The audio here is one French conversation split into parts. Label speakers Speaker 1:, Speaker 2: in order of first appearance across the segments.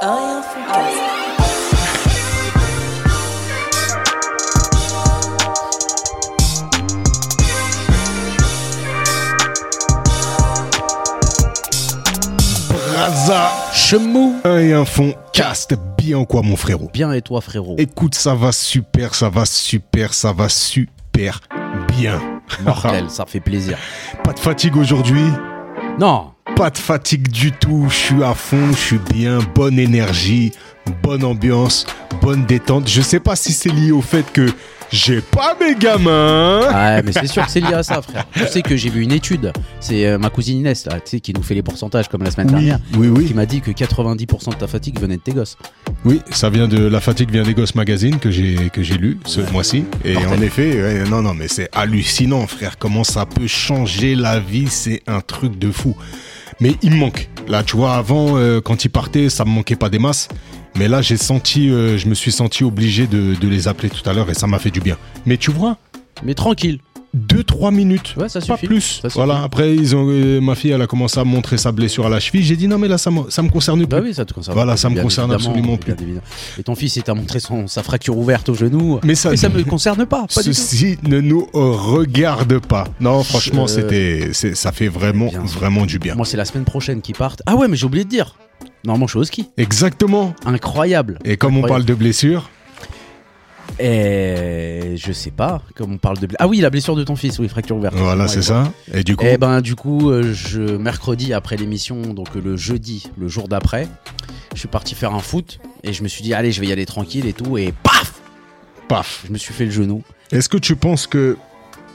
Speaker 1: Rien fantastique.
Speaker 2: Raza,
Speaker 3: Chemou
Speaker 2: un et un fond, cast bien quoi mon frérot.
Speaker 3: Bien et toi frérot
Speaker 2: Écoute, ça va super, ça va super, ça va super bien.
Speaker 3: Mortel, ça fait plaisir.
Speaker 2: pas de fatigue aujourd'hui,
Speaker 3: Non
Speaker 2: pas de fatigue du tout, je suis à fond, je suis bien, bonne énergie, bonne ambiance, bonne détente. Je sais pas si c'est lié au fait que j'ai pas mes gamins.
Speaker 3: Ouais, mais c'est sûr que c'est lié à ça, frère. Tu sais que j'ai vu une étude. C'est euh, ma cousine Inès, là, tu sais, qui nous fait les pourcentages comme la semaine
Speaker 2: oui,
Speaker 3: dernière.
Speaker 2: oui,
Speaker 3: Qui
Speaker 2: oui,
Speaker 3: m'a dit que 90% de ta fatigue venait de tes gosses.
Speaker 2: oui, ça vient de la fatigue vient des gosses magazine que j'ai que j'ai lu ce mois-ci et
Speaker 3: Mortel.
Speaker 2: en effet ouais, non non mais c'est hallucinant frère comment ça peut changer la vie c'est un truc de fou mais il me manque là tu vois avant euh, quand ils partaient ça me manquait pas des masses mais là j'ai senti euh, je me suis senti obligé de, de les appeler tout à l'heure et ça m'a fait du bien mais tu vois
Speaker 3: Mais tranquille.
Speaker 2: deux trois minutes
Speaker 3: Ouais, ça
Speaker 2: pas
Speaker 3: suffit.
Speaker 2: plus.
Speaker 3: Ça suffit.
Speaker 2: Voilà. Après, ils ont, euh, ma fille, elle a commencé à montrer sa blessure à la cheville. J'ai dit non, mais là, ça me, ça me concerne plus.
Speaker 3: Bah oui, ça te concerne.
Speaker 2: Voilà,
Speaker 3: plus,
Speaker 2: ça me
Speaker 3: bien
Speaker 2: concerne
Speaker 3: évidemment,
Speaker 2: absolument
Speaker 3: bien évidemment. Et ton fils, il t'a montré son, sa fracture ouverte au genou.
Speaker 2: Mais ça-
Speaker 3: Mais ça me concerne pas. pas du tout.
Speaker 2: Ceci ne nous regarde pas. Non, franchement,
Speaker 3: Euh,
Speaker 2: c'était, c'est- ça fait vraiment,
Speaker 3: bien.
Speaker 2: vraiment du bien.
Speaker 3: Moi, c'est la semaine prochaine qu'ils partent. Ah ouais, mais j'ai oublié de dire. Normalement, je suis au ski.
Speaker 2: Exactement.
Speaker 3: Incroyable.
Speaker 2: Et comme on
Speaker 3: Incroyable.
Speaker 2: parle de blessure,
Speaker 3: Et je sais pas, comme on parle de. bla- Ah oui, la blessure de ton fils, oui, fracture ouverte.
Speaker 2: voilà,
Speaker 3: Ouais,
Speaker 2: c'est
Speaker 3: ouais.
Speaker 2: ça. Et du coup,
Speaker 3: Eh ben, du coup, euh, je, mercredi après l'émission, donc euh, le jeudi, le jour d'après, je suis parti faire un foot et je me suis dit, allez, je vais y aller tranquille et tout, et paf ben.
Speaker 2: paf.
Speaker 3: Je me suis fait le genou.
Speaker 2: Est-ce que tu penses que,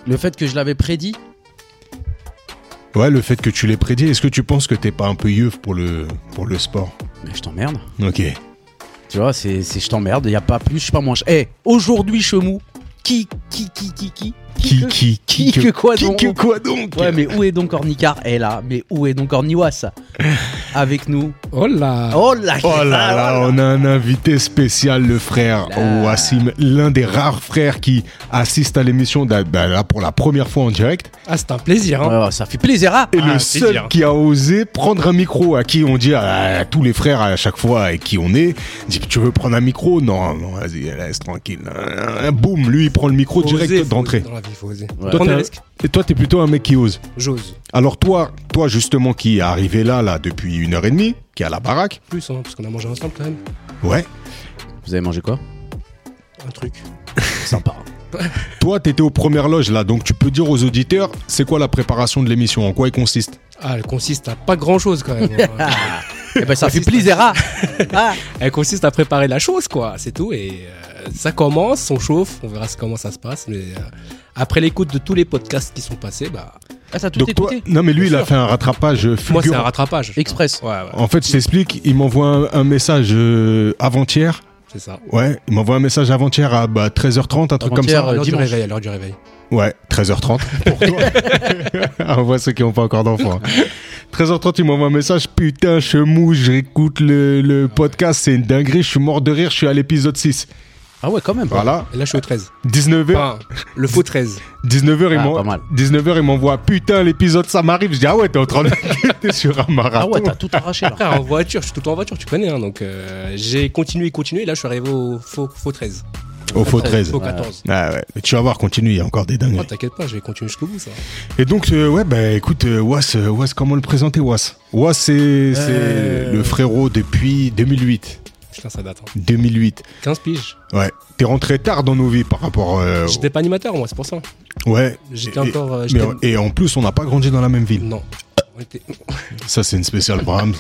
Speaker 3: Le fait que je l'avais prédit,
Speaker 2: ouais, le fait que tu l'aies prédit, est-ce que tu penses que t'es pas un peu yeuf pour le, pour le sport
Speaker 3: mais je t'emmerde.
Speaker 2: Ok.
Speaker 3: Tu vois, c'est c'est je t'emmerde, y a pas plus, je suis pas moins. Eh, aujourd'hui, chemou, qui, qui, qui, qui, qui
Speaker 2: Qui,
Speaker 3: que-
Speaker 2: qui,
Speaker 3: qui que quoi
Speaker 2: Qui
Speaker 3: donc
Speaker 2: que quoi donc
Speaker 3: Ouais, mais où est donc Ornicard Eh là, mais où est donc Orniwas Avec nous.
Speaker 4: Oh là
Speaker 3: Oh là
Speaker 2: Oh là là, on a un invité spécial, le frère
Speaker 3: Là.
Speaker 2: Wassim, l'un des rares frères qui assiste à l'émission d'a- bah, là, pour la première fois en direct.
Speaker 4: Ah, c'est un plaisir. hein.
Speaker 3: Ouais, ouais, ça fait plaisir, hein
Speaker 2: Et
Speaker 4: Ah,
Speaker 2: le
Speaker 4: c'est
Speaker 2: seul
Speaker 4: dire.
Speaker 2: qui a osé prendre un micro, à qui on dit à, à tous les frères à chaque fois avec qui on est, dit tu veux prendre un micro Non, non, vas-y, laisse tranquille. Euh, Boum, lui il prend le micro
Speaker 4: Faut
Speaker 2: direct
Speaker 4: oser, faut
Speaker 2: d'entrée.
Speaker 4: oser Dans la vie, faut oser.
Speaker 2: Toi,
Speaker 3: Ouais.
Speaker 4: Prendre
Speaker 2: t'es
Speaker 4: des
Speaker 2: un-
Speaker 4: risques.
Speaker 2: Et toi t'es plutôt un mec qui ose.
Speaker 4: J'ose.
Speaker 2: Alors toi, toi justement qui est arrivé là, là depuis une heure et demie, qui est à la baraque,
Speaker 4: Plus, hein, parce qu'on a mangé ensemble quand même.
Speaker 2: ouais.
Speaker 3: Vous avez mangé quoi
Speaker 4: Un truc.
Speaker 3: Sympa.
Speaker 2: Toi, t'étais aux premières loges là, donc tu peux dire aux auditeurs, c'est quoi la préparation de l'émission, en quoi elle consiste
Speaker 4: Ah, elle consiste à pas grand chose quand même. hein.
Speaker 3: Eh ben ça fait plaisir, hein Ah
Speaker 4: elle consiste à préparer la chose, quoi. C'est tout. Et euh, ça commence, on chauffe, on verra comment ça se passe. Mais euh, après l'écoute de tous les podcasts qui sont passés, bah,
Speaker 3: Ah, ça a tout
Speaker 2: Donc toi,
Speaker 3: écouté
Speaker 2: non mais lui,
Speaker 4: Bien
Speaker 2: il a
Speaker 4: sûr.
Speaker 2: fait un rattrapage euh,
Speaker 4: moi, c'est
Speaker 2: fulgurant.
Speaker 4: un rattrapage.
Speaker 3: Express.
Speaker 4: Ouais, ouais,
Speaker 2: En fait, je t'explique, il m'envoie un, un message euh, avant-hier.
Speaker 4: c'est ça.
Speaker 2: Ouais, il m'envoie un message avant-hier à bah, 13h30, un truc comme
Speaker 3: Avant-hier, euh,
Speaker 2: ça.
Speaker 4: À l'heure du
Speaker 3: dimanche.
Speaker 4: réveil, à l'heure du réveil.
Speaker 2: Ouais, 13h30 pour toi. On voit ceux qui n'ont pas encore d'enfants. hein. 13h30, il m'envoie un message. Putain, chemou, j'écoute le, le podcast, c'est une dinguerie, je suis mort de rire, je suis à l'épisode 6.
Speaker 3: Ah ouais, quand même.
Speaker 2: Voilà,
Speaker 4: Et là, je suis au 13.
Speaker 2: 19h.
Speaker 4: Enfin, le faux 13.
Speaker 2: 19h, il
Speaker 3: Ah,
Speaker 2: m'en-
Speaker 3: pas mal.
Speaker 2: 19h, il m'envoie Putain, l'épisode ça m'arrive. Je dis Ah ouais, t'es en train de. t'es sur un
Speaker 3: Ah
Speaker 2: marathon.
Speaker 3: ouais, t'as tout arraché là.
Speaker 4: Après, en voiture, je suis tout le temps en voiture, tu connais. hein, donc, euh, j'ai continué, continué. Et là, je suis arrivé au faux, faux 13.
Speaker 2: Au faux 13.
Speaker 4: Faux
Speaker 3: Ouais.
Speaker 4: 14.
Speaker 2: Ah ouais, mais tu vas voir, continue, il y a encore des
Speaker 4: Oh,
Speaker 2: dingueries.
Speaker 4: T'inquiète pas, je vais continuer jusqu'au bout, ça.
Speaker 2: Et donc, euh, ouais, bah écoute, euh, Was, euh, Was, comment le présenter, Was Was, c'est c'est
Speaker 4: Euh.
Speaker 2: le frérot depuis 2008.
Speaker 4: Putain, ça date. hein.
Speaker 2: 2008.
Speaker 4: 15 piges.
Speaker 2: Ouais, t'es rentré tard dans nos vies par rapport. euh,
Speaker 4: J'étais pas animateur, moi, c'est pour ça.
Speaker 2: ouais.
Speaker 4: J'étais
Speaker 2: Et-
Speaker 4: encore. euh,
Speaker 2: mais
Speaker 4: j'étais-
Speaker 2: en- et en plus, on n'a pas grandi dans la même ville.
Speaker 4: Non. On était-
Speaker 2: Ça, c'est une spéciale Brahms,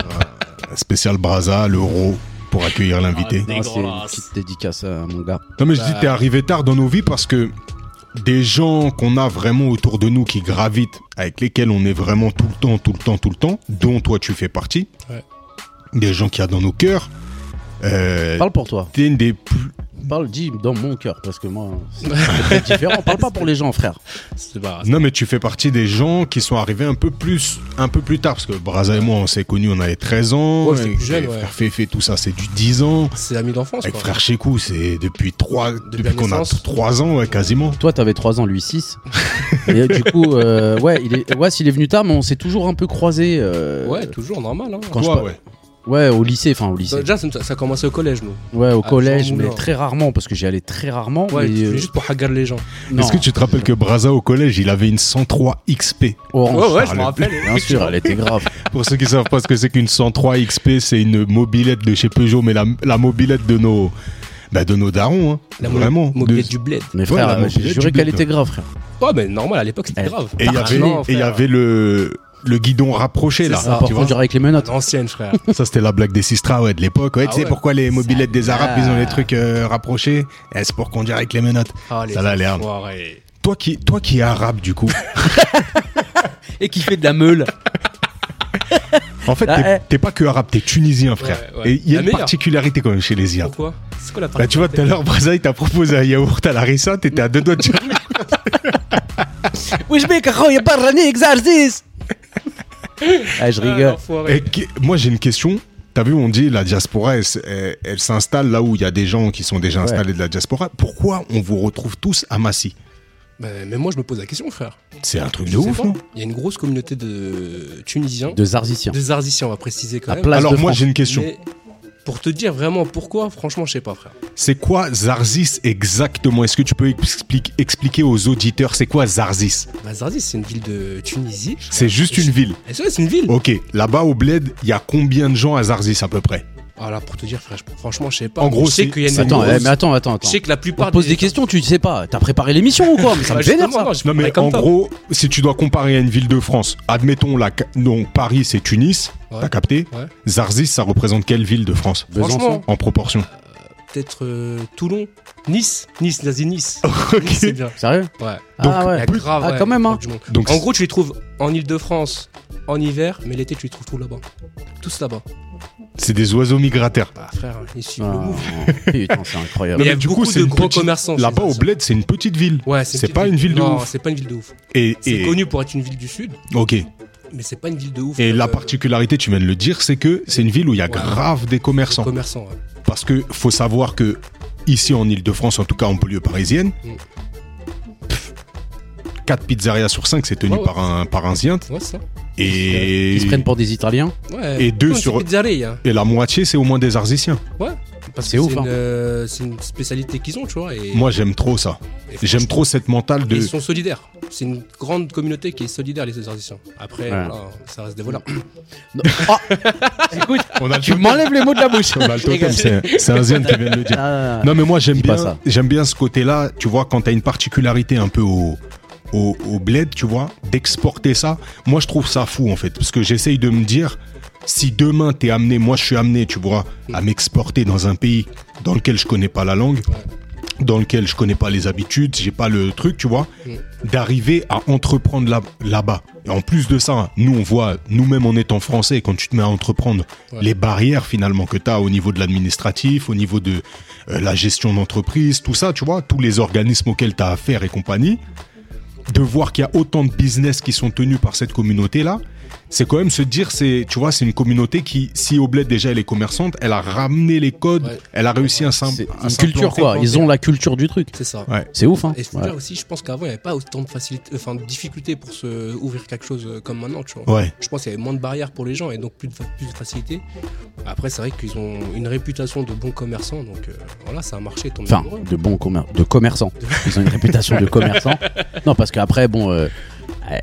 Speaker 2: un spécial Brasa, l'euro, pour accueillir l'invité.
Speaker 3: Ah, c'est une
Speaker 4: Dégueulasse.
Speaker 3: petite dédicace à mon gars.
Speaker 2: Non mais je dis
Speaker 4: Bah.
Speaker 2: t'es arrivé tard dans nos vies parce que des gens qu'on a vraiment autour de nous qui gravitent, avec lesquels on est vraiment tout le temps, tout le temps, tout le temps, dont toi tu fais partie,
Speaker 4: Ouais.
Speaker 2: des gens qu'il y a dans nos cœurs, euh,
Speaker 3: Parle pour toi.
Speaker 2: t'es une des plus...
Speaker 3: Parle, dis dans mon cœur, parce que moi, c'est c'est peut-être différent. Parle pas pour les gens, frère.
Speaker 4: C'est pas.
Speaker 2: Non mais tu fais partie des gens qui sont arrivés un peu plus, un peu plus tard, parce que Braza et moi on s'est connus, on avait 13 ans,
Speaker 4: Ouais, j'étais
Speaker 2: avec
Speaker 4: plus jeune, ouais.
Speaker 2: frère Féfé, tout ça c'est du 10 ans,
Speaker 4: C'est l'ami d'enfance,
Speaker 2: avec
Speaker 4: quoi.
Speaker 2: frère Chékou c'est depuis 3,
Speaker 4: Depuis
Speaker 2: depuis
Speaker 4: la
Speaker 2: qu'on a
Speaker 4: naissance.
Speaker 2: 3 ans ouais, quasiment.
Speaker 3: Toi, t'avais 3 ans, lui 6. Et du coup, euh, ouais, il est, ouais, s'il est venu tard, mais on s'est toujours un peu croisés. euh,
Speaker 4: Ouais, toujours normal. Hein.
Speaker 3: Quand
Speaker 2: Toi,
Speaker 3: je, par-
Speaker 2: ouais.
Speaker 3: Ouais, au lycée, enfin au lycée.
Speaker 4: Déjà, ça, ça commençait au collège, nous.
Speaker 3: Ouais, au
Speaker 4: à
Speaker 3: collège,
Speaker 4: Jean
Speaker 3: mais
Speaker 4: Moulin.
Speaker 3: très rarement, parce que j'y allais très rarement.
Speaker 4: Ouais,
Speaker 3: mais,
Speaker 4: tu
Speaker 3: euh,
Speaker 4: fais juste pour hagar les gens.
Speaker 3: non.
Speaker 2: Est-ce que tu te rappelles que Braza au collège, il avait une 103 XP
Speaker 3: Orange,
Speaker 4: ouais, ouais, je
Speaker 2: Charles.
Speaker 4: me rappelle.
Speaker 3: bien sûr, elle était grave.
Speaker 2: Pour ceux qui savent pas ce que c'est qu'une 103 XP, c'est une mobilette de chez Peugeot, mais la, la mobilette de nos, bah, de nos darons. hein.
Speaker 4: La mo-
Speaker 2: Vraiment.
Speaker 4: mobilette
Speaker 2: De-
Speaker 4: du bled.
Speaker 3: Mais
Speaker 2: Ouais,
Speaker 3: frère,
Speaker 2: la
Speaker 3: j'ai hein.
Speaker 2: mobilette
Speaker 3: juré
Speaker 2: du
Speaker 3: qu'elle
Speaker 2: bled.
Speaker 3: était grave, frère.
Speaker 4: Ouais, mais normal, à l'époque, c'était
Speaker 3: Elle-
Speaker 4: grave.
Speaker 2: Et il y avait,
Speaker 4: Parlant,
Speaker 2: et il y
Speaker 4: frère.
Speaker 2: avait le, le guidon rapproché, là.
Speaker 4: C'est ça.
Speaker 2: tu
Speaker 3: Par
Speaker 2: vois.
Speaker 3: contre, j'aurais avec les menottes.
Speaker 4: L'ancienne, frère.
Speaker 2: Ça, c'était la blague des Sistra ouais, de l'époque. Ouais,
Speaker 4: Ah
Speaker 2: tu sais
Speaker 4: ouais.
Speaker 2: pourquoi les mobilettes des Arabes, ils ont les
Speaker 3: Ah.
Speaker 2: trucs euh, rapprochés Eh, C'est pour conduire avec les menottes.
Speaker 4: Ah, les
Speaker 2: Ça là, les armes.
Speaker 4: enfoirés.
Speaker 2: Toi qui, toi qui es arabe, du coup.
Speaker 3: Et qui fait de la meule.
Speaker 2: En fait,
Speaker 3: Ah,
Speaker 2: t'es-
Speaker 3: eh.
Speaker 2: t'es pas que arabe, t'es tunisien, frère.
Speaker 4: Ouais, ouais.
Speaker 2: Et il y
Speaker 4: La
Speaker 2: a une
Speaker 4: meilleure.
Speaker 2: particularité quand même chez les Iab.
Speaker 4: Pourquoi C'est quoi la
Speaker 2: Bah, tu vois, tout à l'heure, Braza, il t'a proposé un yaourt à la rissa, t'étais à deux doigts de dire
Speaker 3: Oui, je vais, quand il y a pas de rani, exercice. Ah, je rigole.
Speaker 2: Eh, que- moi, j'ai une question. T'as vu, on dit la diaspora, elle, s- elle- elle s'installe là où il y a des gens qui sont déjà
Speaker 3: Ouais.
Speaker 2: installés de la diaspora. Pourquoi on vous retrouve tous à Massy
Speaker 4: Bah, Mais, mais moi, je me pose la question, frère.
Speaker 2: C'est un truc
Speaker 4: Je
Speaker 2: de
Speaker 4: sais
Speaker 2: ouf, hein.
Speaker 4: pas.
Speaker 2: non
Speaker 4: Il y a une grosse communauté de Tunisiens,
Speaker 3: De Zarzicien.
Speaker 4: de Zarziciens, on va préciser quand
Speaker 3: À
Speaker 4: même.
Speaker 3: Place
Speaker 2: Alors,
Speaker 3: de
Speaker 2: moi,
Speaker 3: France.
Speaker 2: j'ai une question.
Speaker 4: Mais pour te dire vraiment pourquoi, franchement, je sais pas, frère.
Speaker 2: C'est quoi Zarzis exactement Est-ce que tu peux explique- expliquer aux auditeurs c'est quoi Zarzis
Speaker 4: Bah, Zarzis, c'est une ville de Tunisie.
Speaker 2: C'est juste
Speaker 4: Et
Speaker 2: une ville.
Speaker 4: c'est- Et ouais, c'est une ville.
Speaker 2: Ok, là-bas au bled, il y a combien de gens à Zarzis à peu près
Speaker 4: Voilà, pour te dire, frère, je- franchement, je sais pas.
Speaker 2: Oh. En gros,
Speaker 4: je sais
Speaker 2: c'est-
Speaker 4: qu'il y a une
Speaker 2: c'est-
Speaker 3: Attends,
Speaker 4: grosse-
Speaker 3: eh, mais attends, attends,
Speaker 4: Je
Speaker 3: attends.
Speaker 4: sais que la
Speaker 3: On te
Speaker 4: plupart
Speaker 3: pose des questions, tu sais pas. T'as préparé l'émission ou quoi Mais ça me
Speaker 4: Bah,
Speaker 3: vénère,
Speaker 4: justement,
Speaker 3: ça.
Speaker 4: non, je
Speaker 2: Non mais
Speaker 4: parlais comme
Speaker 2: en
Speaker 4: toi.
Speaker 2: gros, si tu dois comparer à une ville de France, admettons la ca- donc Paris c'est Tunis,
Speaker 4: Ouais.
Speaker 2: t'as capté
Speaker 4: Ouais.
Speaker 2: Zarzis ça représente quelle ville de France
Speaker 4: Franchement,
Speaker 2: en proportion
Speaker 4: peut-être euh, Toulon, Nice, Nice, vas-y, Nice. Nice, c'est bien.
Speaker 3: Sérieux
Speaker 4: Ouais.
Speaker 3: Ah ouais.
Speaker 4: La grave,
Speaker 3: Ah,
Speaker 4: ouais,
Speaker 3: quand même, hein.
Speaker 4: du monde.
Speaker 2: Donc
Speaker 4: En gros, tu les trouves en Ile-de-France en hiver, mais l'été, tu les trouves tous là-bas. Tous là-bas.
Speaker 2: c'est des oiseaux migrateurs.
Speaker 4: Bah, frère, ils suivent le
Speaker 3: Ah,
Speaker 4: move.
Speaker 3: Putain,
Speaker 2: Non, mais
Speaker 3: c'est
Speaker 4: Mais il y
Speaker 3: incroyable.
Speaker 4: a
Speaker 2: du coup,
Speaker 4: beaucoup
Speaker 2: c'est
Speaker 4: de
Speaker 2: une
Speaker 4: gros
Speaker 2: petite-
Speaker 4: commerçants. chez
Speaker 2: Là-bas au
Speaker 4: Zarzis.
Speaker 2: bled c'est une petite ville.
Speaker 4: Ouais,
Speaker 2: c'est
Speaker 4: petite
Speaker 2: pas
Speaker 4: ville.
Speaker 2: une ville de
Speaker 4: Non,
Speaker 2: ouf.
Speaker 4: c'est pas une ville de ouf.
Speaker 2: Et,
Speaker 4: C'est
Speaker 2: et-
Speaker 4: connu pour être une ville du sud,
Speaker 2: ok.
Speaker 4: mais c'est pas une ville de ouf.
Speaker 2: Et
Speaker 4: euh,
Speaker 2: la particularité, tu viens de le dire, c'est que c'est une ville où il y a
Speaker 4: Ouais.
Speaker 2: grave des
Speaker 4: des
Speaker 2: commerçants.
Speaker 4: commerçants. ouais.
Speaker 2: Parce que faut savoir que ici en Ile-de-France, en tout cas en banlieue parisienne,
Speaker 4: Mm.
Speaker 2: 4 pizzerias sur 5 c'est tenu
Speaker 4: Ouais, ouais.
Speaker 2: par un par un zient
Speaker 4: Ouais, c'est ça.
Speaker 2: et
Speaker 3: Ils se prennent pour des Italiens.
Speaker 4: Ouais.
Speaker 2: Et deux
Speaker 4: Non, c'est
Speaker 2: sur-
Speaker 4: Pizzeria, hein.
Speaker 2: et la moitié c'est au moins des arziciens.
Speaker 4: Parce que
Speaker 3: C'est ouf,
Speaker 4: C'est
Speaker 3: hein.
Speaker 4: une, euh, c'est une spécialité qu'ils ont, tu vois. Et,
Speaker 2: Moi j'aime trop ça.
Speaker 4: et
Speaker 2: J'aime trop cette mentale
Speaker 4: Et
Speaker 2: de
Speaker 4: Ils sont solidaires. C'est une grande communauté qui est solidaire, les transitions. Après,
Speaker 3: Ouais.
Speaker 4: voilà, ça reste des voleurs.
Speaker 3: Non. Ah Écoute,
Speaker 2: on a le
Speaker 3: tu
Speaker 2: totem.
Speaker 3: m'enlèves les mots de la bouche.
Speaker 2: On a le totem, c'est c'est un zien qui vient de le dire.
Speaker 3: Ah,
Speaker 2: Non mais moi j'aime
Speaker 3: Dis pas
Speaker 2: bien
Speaker 3: ça.
Speaker 2: j'aime bien ce côté-là, tu vois quand t'as une particularité un peu au au, au bled, tu vois, d'exporter ça. Moi je trouve ça fou en fait parce que j'essaye de me dire si demain t'es amené, moi je suis amené, tu vois, à m'exporter dans un pays dans lequel je connais pas la langue, dans lequel je connais pas les habitudes, j'ai pas le truc, tu vois,
Speaker 4: Mm.
Speaker 2: d'arriver à entreprendre là- là-bas. Et en plus de ça, nous on voit, nous-mêmes en étant français, quand tu te mets à entreprendre,
Speaker 4: Ouais.
Speaker 2: les barrières finalement que tu as au niveau de l'administratif, au niveau de euh, la gestion d'entreprise, tout ça, tu vois, tous les organismes auxquels tu as affaire et compagnie, de voir qu'il y a autant de business qui sont tenus par cette communauté-là, c'est quand même se dire, c'est, tu vois, c'est une communauté qui, si au bled déjà elle est commerçante, elle a ramené les codes,
Speaker 4: Ouais.
Speaker 2: elle a réussi à s'im-
Speaker 3: c'est
Speaker 2: à
Speaker 3: une
Speaker 2: s'implanter.
Speaker 3: culture, quoi. Ils ont la culture du truc.
Speaker 4: C'est ça.
Speaker 2: Ouais.
Speaker 3: C'est ouf, hein
Speaker 4: Et faut
Speaker 3: Ouais.
Speaker 4: dire aussi, je pense qu'avant, il n'y avait pas autant de facilité, enfin, de difficultés pour se ouvrir quelque chose euh, comme maintenant, tu vois.
Speaker 2: Ouais,
Speaker 4: Je pense qu'il y avait moins de barrières pour les gens et donc plus de, fa- plus de facilité. Après, c'est vrai qu'ils ont une réputation de bons commerçants, donc euh, voilà, ça a marché, tant mieux
Speaker 3: Enfin,
Speaker 4: pour eux.
Speaker 3: de bons commer- de commerçants. Ils ont une réputation de commerçants. Non, parce qu'après, bon. euh, euh,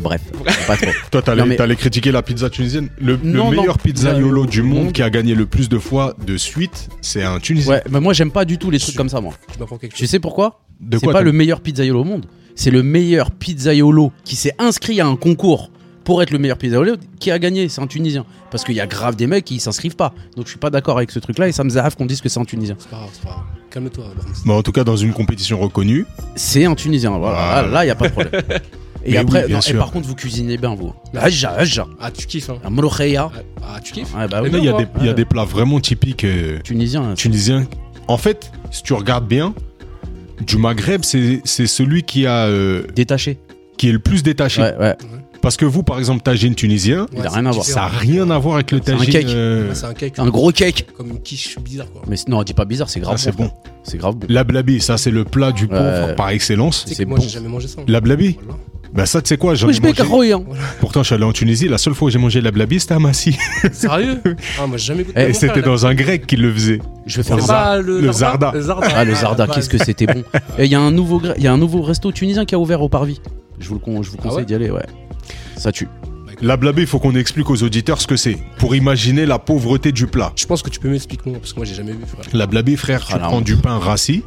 Speaker 3: bref. Pas trop.
Speaker 2: toi t'allais,
Speaker 3: Non, mais-
Speaker 2: t'allais critiquer la pizza tunisienne. Le, le
Speaker 3: Non, non.
Speaker 2: meilleur pizzaiolo du
Speaker 3: Non.
Speaker 2: monde qui a gagné le plus de fois de suite, c'est un Tunisien.
Speaker 3: Ouais, mais moi, j'aime pas du tout les trucs comme ça, moi.
Speaker 4: Tu m'apprends quelque
Speaker 3: Tu
Speaker 4: chose.
Speaker 3: sais pourquoi
Speaker 2: De
Speaker 3: C'est
Speaker 2: quoi
Speaker 3: pas
Speaker 2: t'as-
Speaker 3: le meilleur pizzaiolo au monde. C'est le meilleur pizzaiolo qui s'est inscrit à un concours pour être le meilleur pizzaiolo qui a gagné. C'est un Tunisien. Parce qu'il y a grave des mecs qui s'inscrivent pas. Donc je suis pas d'accord avec ce truc-là et ça me zaffe qu'on dise que c'est un Tunisien.
Speaker 4: C'est pas grave, c'est pas grave. Calme-toi, Brahms.
Speaker 2: Bon, en tout cas, dans une compétition reconnue,
Speaker 3: C'est un Tunisien. Voilà. Ah,
Speaker 2: Voilà.
Speaker 3: Là, il y a pas de problème. Et
Speaker 2: Mais
Speaker 3: après,
Speaker 2: oui, bien
Speaker 3: non, et
Speaker 2: sûr.
Speaker 3: par contre, vous cuisinez bien, vous.
Speaker 4: Non.
Speaker 3: Ajja, ajja.
Speaker 4: Ah, tu kiffes, hein
Speaker 3: Un molokhaya.
Speaker 4: Ah, Ah, tu kiffes
Speaker 3: Ouais, bah oui. hein,
Speaker 2: Là,
Speaker 4: Mais
Speaker 2: il y, a
Speaker 4: Ouais.
Speaker 2: des- il y a des plats vraiment typiques euh,
Speaker 3: Tunisien.
Speaker 2: tunisiens. En fait, si tu regardes bien, du Maghreb, c'est c'est celui qui, a, euh,
Speaker 3: Détaché.
Speaker 2: qui est le plus détaché.
Speaker 3: Ouais, ouais.
Speaker 2: Parce que vous, par exemple, tagine tunisien,
Speaker 3: Il a
Speaker 4: Ouais,
Speaker 3: rien à
Speaker 4: c'est
Speaker 3: voir.
Speaker 2: ça n'a
Speaker 4: différent.
Speaker 2: rien à voir avec le
Speaker 3: C'est un
Speaker 2: tagine.
Speaker 3: cake.
Speaker 2: euh,
Speaker 4: Ouais, C'est un cake.
Speaker 3: Un gros cake.
Speaker 4: Comme une quiche bizarre, quoi.
Speaker 3: Mais c- non, dis pas bizarre, c'est grave.
Speaker 2: ah, c'est bon.
Speaker 3: frère. C'est grave bon.
Speaker 2: L'ablabi, ça, c'est le plat du pauvre par excellence.
Speaker 4: Tu sais
Speaker 3: C'est
Speaker 4: que moi,
Speaker 3: bon.
Speaker 4: j'ai jamais mangé ça. hein.
Speaker 2: L'ablabi
Speaker 4: Voilà.
Speaker 2: Bah ça, tu sais quoi, j'en ai
Speaker 3: Je
Speaker 2: mangé.
Speaker 3: royan.
Speaker 2: Pourtant, je suis allé en Tunisie. La seule fois où j'ai mangé de la blabie, c'était à Massy.
Speaker 4: Sérieux Ah, moi, j'ai jamais goûté.
Speaker 2: Et Eh, c'était dans un grec qui le faisait.
Speaker 3: Je vais faire un
Speaker 4: le,
Speaker 3: bar.
Speaker 4: pas le,
Speaker 2: le
Speaker 4: zarda.
Speaker 2: zarda.
Speaker 4: Le zarda.
Speaker 3: Ah, le Zarda, qu'est-ce que c'était bon. Et Il y, a un nouveau gra- il y a un nouveau resto tunisien qui a ouvert au Parvis. Je vous, le con- je vous
Speaker 4: Ah
Speaker 3: conseille
Speaker 4: ouais
Speaker 3: d'y aller, ouais. Ça tue.
Speaker 2: La blabé, il faut qu'on explique aux auditeurs ce que c'est, pour imaginer la pauvreté du plat.
Speaker 4: Je pense que tu peux m'expliquer, moi, parce que moi, j'ai jamais vu, frère.
Speaker 2: La blabé, frère, tu
Speaker 3: Ah, là,
Speaker 2: prends
Speaker 3: on-
Speaker 2: du pain rassis.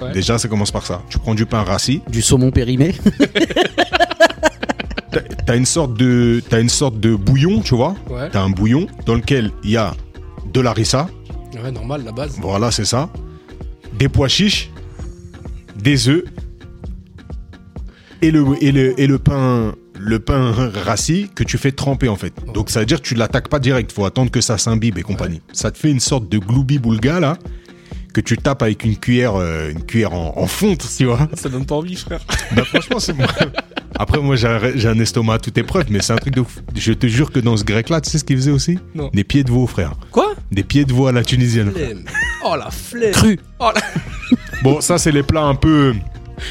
Speaker 4: Ouais.
Speaker 2: Déjà, ça commence par ça. Tu prends du pain rassis.
Speaker 3: Du saumon périmé.
Speaker 2: T'as- T'as une sorte de, t'as une sorte de bouillon, tu vois.
Speaker 4: Ouais.
Speaker 2: T'as un bouillon dans lequel il y a de la rissa.
Speaker 4: Ouais, normal, la base.
Speaker 2: Voilà, c'est ça. Des pois chiches, des œufs et le, et le, et le pain le pain rassis que tu fais tremper en fait. Donc ça veut dire que tu l'attaques pas direct, faut attendre que ça s'imbibe et compagnie. Ça te fait une sorte de gloubi boulga là que tu tapes avec une cuillère euh, une cuillère en, en fonte, tu vois.
Speaker 4: Ça donne pas envie, frère.
Speaker 2: Bah, franchement, c'est moi. Après, moi, j'ai un- j'ai un estomac à toute épreuve, mais c'est un truc de ouf. Je te jure que dans ce grec-là, tu sais ce qu'il faisait aussi
Speaker 4: Non.
Speaker 2: Des pieds de veau, frère.
Speaker 4: Quoi
Speaker 2: Des pieds de veau à la tunisienne.
Speaker 4: Flemme. Oh, la flemme.
Speaker 3: Cru.
Speaker 4: Oh, la...
Speaker 2: Bon, ça, c'est les plats un peu.